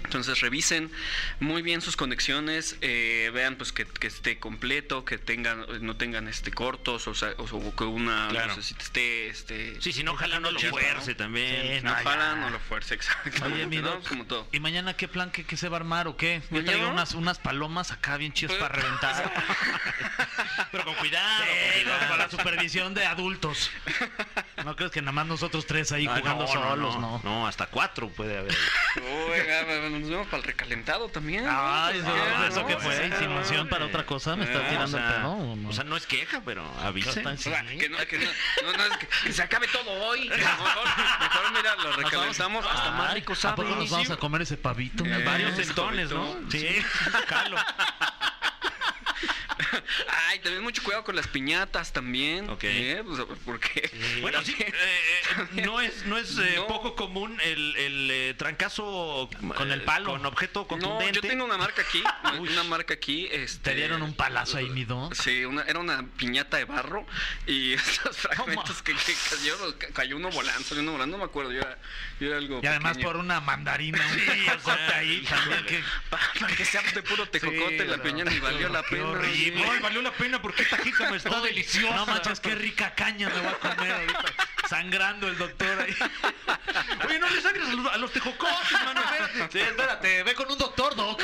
Speaker 6: Entonces revisen muy bien sus conexiones, eh, vean pues que, que esté completo, que tengan, no tengan este cortos, o sea, o, o que una
Speaker 3: Claro.
Speaker 6: lucecita esté, este,
Speaker 3: Sí, si no, ojalá no lo
Speaker 6: Chispa,
Speaker 3: fuerce
Speaker 6: ¿no?
Speaker 3: también.
Speaker 4: Sí,
Speaker 6: no
Speaker 4: no, ya.
Speaker 6: jalan, no lo fuerza, exacto.
Speaker 4: Oye, mi
Speaker 6: ¿no?
Speaker 4: doc,
Speaker 6: como todo.
Speaker 4: ¿y mañana qué plan que, que se va a armar o qué? Yo traigo
Speaker 6: ¿Mañana?
Speaker 4: unas, unas palomas acá bien
Speaker 6: Pues,
Speaker 4: chidas para reventar.
Speaker 3: Pero con cuidado. con
Speaker 4: Sí,
Speaker 3: cuidado.
Speaker 4: para la supervisión de adultos. No crees que nada más nosotros tres ahí
Speaker 3: Ay,
Speaker 4: jugando
Speaker 3: no, no,
Speaker 4: solos,
Speaker 3: no,
Speaker 4: Ah, ¿no?
Speaker 3: no, hasta cuatro puede haber.
Speaker 6: Oiga, ah, nos vemos para el recalentado también.
Speaker 4: Ay,
Speaker 6: ¿no? Pues,
Speaker 4: no,
Speaker 6: Ya,
Speaker 4: eso
Speaker 6: ¿no?
Speaker 4: que fue
Speaker 6: Sí,
Speaker 4: insinuación
Speaker 6: no,
Speaker 4: para
Speaker 6: eh.
Speaker 4: otra cosa, me
Speaker 6: Ah,
Speaker 4: estás tirando
Speaker 3: o sea,
Speaker 4: el pedo. ¿o no?
Speaker 3: O sea, no es queja, pero avisen.
Speaker 4: Está en
Speaker 6: O sea,
Speaker 4: sí.
Speaker 6: que no, que no, no, no, es que, que se acabe todo hoy. Mejor, mejor mira, lo recalentamos hasta más
Speaker 4: Ay,
Speaker 6: rico
Speaker 4: ¿A
Speaker 6: sabe.
Speaker 4: poco nos vamos a comer ese pavito?
Speaker 6: Eh,
Speaker 3: Varios
Speaker 6: es
Speaker 3: centones, ¿no?
Speaker 6: correcto.
Speaker 3: Sí, calo.
Speaker 6: Ay, también mucho cuidado con las piñatas también.
Speaker 3: Ok.
Speaker 6: ¿eh? Pues, porque
Speaker 3: Bueno, sí, eh, eh, no es, no es eh,
Speaker 6: No.
Speaker 3: poco común el, el, eh, trancazo con el palo, con objeto
Speaker 6: No,
Speaker 3: contundente.
Speaker 6: yo tengo una marca aquí, una marca aquí, este...
Speaker 4: Te dieron un palazo ahí, Nido.
Speaker 6: Sí, una, era una piñata de barro y estos fragmentos que, que cayeron, ca- cayó uno volando, salió uno volando, no me acuerdo, yo era, yo era algo
Speaker 4: Y además
Speaker 6: pequeño.
Speaker 4: por una mandarina, un tejocote ahí también. que-
Speaker 6: Para, para que sea de puro tejocote
Speaker 4: Sí,
Speaker 6: la
Speaker 4: no,
Speaker 6: piñata y valió la
Speaker 4: qué
Speaker 6: pena.
Speaker 4: horrible.
Speaker 6: sí.
Speaker 3: Ay, valió la pena porque esta jica me está
Speaker 4: Ay,
Speaker 3: deliciosa.
Speaker 4: No manches, qué rica caña me voy a comer ahorita. Sangrando el doctor ahí.
Speaker 3: Oye, no le sangres a los, a los tejocotes, mano. espérate.
Speaker 4: Sí, espérate, ve con un doctor, Doc.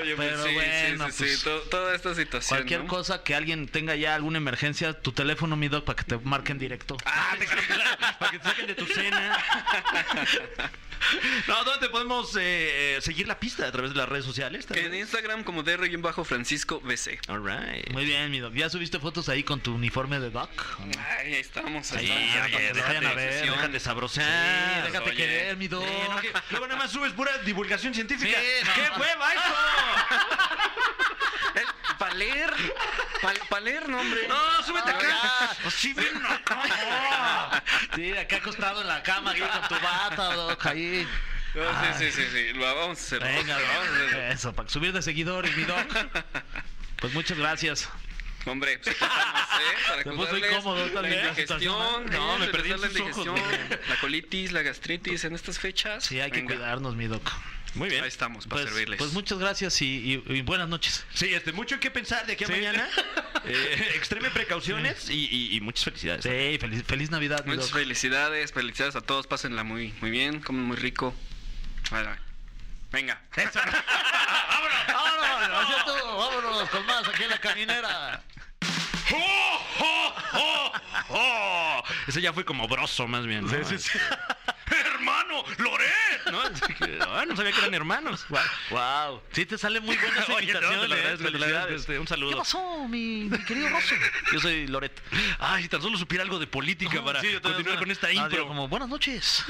Speaker 6: Oye, pues
Speaker 4: Pero
Speaker 6: sí, sí,
Speaker 4: bueno,
Speaker 6: sí,
Speaker 4: pues,
Speaker 6: sí, to- toda esta situación.
Speaker 4: Cualquier
Speaker 6: ¿no?
Speaker 4: cosa que alguien tenga ya alguna emergencia, tu teléfono, mi Doc, para que te marquen directo.
Speaker 3: Ah, te para que te saquen de tu cena. No, ¿dónde podemos eh, seguir la pista? ¿A través de las redes sociales?
Speaker 6: Que en Instagram como DR-Francisco BC.
Speaker 3: All right.
Speaker 4: Muy bien, mi Doc. ¿Ya subiste fotos ahí con tu uniforme de Doc?
Speaker 6: Ay, ahí estamos. ahí
Speaker 3: Sí,
Speaker 6: estamos.
Speaker 3: oye,
Speaker 4: que lo vayan
Speaker 3: déjate,
Speaker 4: a ver.
Speaker 3: déjate sabrosar.
Speaker 4: déjate
Speaker 6: oye.
Speaker 4: querer, mi Doc.
Speaker 3: Eh, no, que luego nada más subes pura divulgación científica.
Speaker 4: Sí, no.
Speaker 3: ¡Qué hueva eso!
Speaker 6: Para leer, para leer, no, hombre.
Speaker 3: No, súbete acá. Pues Sí, bien, no, ¿cómo?
Speaker 4: Sí, acá acostado en la cama, aquí con tu bata, Doc, ahí.
Speaker 6: No, sí, sí, sí, sí, lo vamos a hacer.
Speaker 4: Venga,
Speaker 6: lo vamos a
Speaker 4: Doc.
Speaker 6: hacer.
Speaker 4: Eso, para subir de seguidores, mi Doc. Pues muchas gracias.
Speaker 6: Hombre, pues aquí estamos, ¿eh? Para
Speaker 4: Se puso
Speaker 6: cuidarles
Speaker 4: incómodo también
Speaker 6: la
Speaker 4: la situación,
Speaker 6: indigestión.
Speaker 4: ¿eh? No,
Speaker 6: ¿eh?
Speaker 4: me
Speaker 6: Para
Speaker 4: perdí en
Speaker 6: cuidar la
Speaker 4: sus ojos,
Speaker 6: indigestión,
Speaker 4: güey.
Speaker 6: la colitis, la gastritis en estas fechas.
Speaker 4: Sí, hay que
Speaker 6: Venga,
Speaker 4: cuidarnos, mi Doc.
Speaker 3: Muy bien.
Speaker 6: Ahí estamos, para
Speaker 4: Pues,
Speaker 6: servirles.
Speaker 4: pues muchas gracias y- y- y buenas noches.
Speaker 3: Sí, este, mucho que pensar de aquí a mañana. Eh, extreme precauciones y, y- y muchas felicidades.
Speaker 4: Sí, feliz, feliz Navidad. mi
Speaker 6: Muchas
Speaker 4: Doc.
Speaker 6: felicidades, felicidades a todos, pásenla muy, muy bien, comen muy rico. Bueno, Venga.
Speaker 4: Vámonos, así estuvo, vámonos con más aquí en la caminera.
Speaker 3: ¡Oh, oh, oh, oh! Ese ya fue como broso, más bien. ¿no? Este, ¡Hermano! ¡Loret! ¿No? Así que, ah, no sabía que eran hermanos.
Speaker 4: Wow. Sí, te salen muy buenas
Speaker 3: Oye, no, te lo
Speaker 4: invitaciones.
Speaker 3: agradezco,
Speaker 4: ¿eh?
Speaker 3: te lo agradezco,
Speaker 4: felicidades.
Speaker 3: este, un saludo.
Speaker 4: ¿Qué pasó, mi, mi querido Rosso? Yo soy Loret.
Speaker 3: Ay, si tan solo supiera algo de política para
Speaker 4: Sí, yo también-
Speaker 3: continuar con esta
Speaker 4: Ah,
Speaker 3: intro.
Speaker 4: digo, como, buenas noches.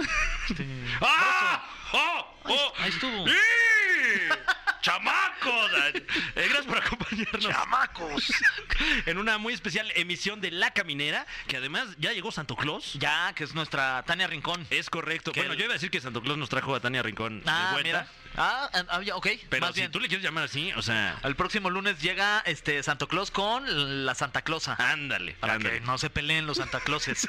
Speaker 4: Este,
Speaker 3: ¡Ah! ¡Oh! ¡Oh!
Speaker 4: ahí estuvo.
Speaker 3: ¡Sí! ¡Chamacos! Eh, gracias por acompañarnos. ¡Chamacos! En una muy especial emisión de La Caminera, que además ya llegó Santo Claus.
Speaker 4: ya, que es nuestra Tania Rincón.
Speaker 3: Es correcto.
Speaker 4: Que
Speaker 3: Bueno,
Speaker 4: el-
Speaker 3: yo iba a decir que Santo Claus nos trajo a Tania Rincón
Speaker 4: Ah,
Speaker 3: Eh, de vuelta.
Speaker 4: mira. Ah, ah, ah, ya, ok.
Speaker 3: Pero
Speaker 4: más
Speaker 3: si
Speaker 4: bien.
Speaker 3: tú le quieres llamar así, o sea,
Speaker 4: Al próximo lunes llega este Santo Claus con la Santa Closa.
Speaker 3: ándale.
Speaker 4: para
Speaker 3: Ah, ándale.
Speaker 4: que no se peleen los Santa Clauses.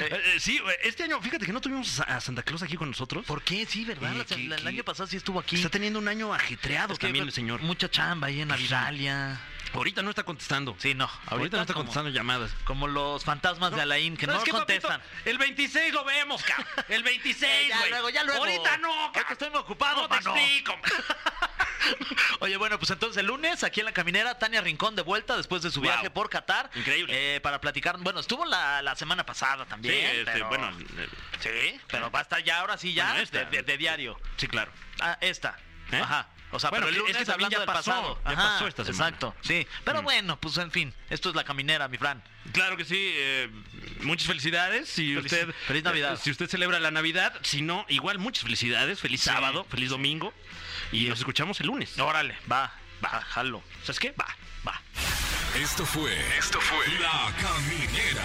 Speaker 3: Eh, eh, sí, eh, este año, fíjate que no tuvimos a a Santa Claus aquí con nosotros.
Speaker 4: ¿Por qué? Sí, ¿verdad?
Speaker 3: Eh,
Speaker 4: La-
Speaker 3: que-
Speaker 4: la- el
Speaker 3: que-
Speaker 4: año pasado sí estuvo aquí.
Speaker 3: Está teniendo un año ajetreado
Speaker 4: Es que
Speaker 3: también
Speaker 4: hay
Speaker 3: el señor.
Speaker 4: Mucha chamba ahí en Navidalia.
Speaker 3: Ahorita no está contestando.
Speaker 4: Sí, no.
Speaker 3: ahorita, no está
Speaker 4: como-
Speaker 3: contestando llamadas.
Speaker 4: Como los fantasmas de Alain que no
Speaker 3: ¿Sabes qué,
Speaker 4: contestan.
Speaker 3: papito? El 26 lo vemos, cabrón. El 26,
Speaker 4: Ya
Speaker 3: güey.
Speaker 4: luego, ya luego.
Speaker 3: Ahorita no,
Speaker 4: Ahorita
Speaker 3: cabrón.
Speaker 4: estoy muy ocupado,
Speaker 3: No te
Speaker 4: mano.
Speaker 3: explico, man.
Speaker 4: Oye, bueno, pues entonces el lunes aquí en la caminera, Tania Rincón de vuelta después de su
Speaker 3: Wow.
Speaker 4: viaje por Qatar.
Speaker 3: Increíble.
Speaker 4: Eh, para platicar. Bueno, estuvo la, la semana pasada
Speaker 3: Sí,
Speaker 4: también.
Speaker 3: este,
Speaker 4: pero-
Speaker 3: bueno. eh,
Speaker 4: Sí, pero va a estar ya ahora sí ya
Speaker 3: Bueno, esta.
Speaker 4: de, de- de diario.
Speaker 3: Sí, claro.
Speaker 4: Ah, esta.
Speaker 3: ¿Eh?
Speaker 4: Ajá. O sea,
Speaker 3: Bueno,
Speaker 4: pero el
Speaker 3: que-
Speaker 4: lunes
Speaker 3: es que también
Speaker 4: hablando
Speaker 3: ya
Speaker 4: del
Speaker 3: pasó,
Speaker 4: pasado.
Speaker 3: ya
Speaker 4: Ajá,
Speaker 3: pasó esta semana.
Speaker 4: Exacto, sí. Pero
Speaker 3: Mm.
Speaker 4: bueno, pues en fin, esto es la caminera, mi Fran.
Speaker 3: Claro que sí. eh, muchas felicidades. Si
Speaker 4: Feliz-
Speaker 3: usted,
Speaker 4: feliz Navidad.
Speaker 3: eh, si usted celebra la Navidad, si no, igual muchas felicidades. Feliz sábado, feliz domingo. Y nos escuchamos el lunes.
Speaker 4: Órale, va, va, jalo.
Speaker 3: ¿Sabes qué? Va, va.
Speaker 2: Esto fue. Esto fue. La Caminera.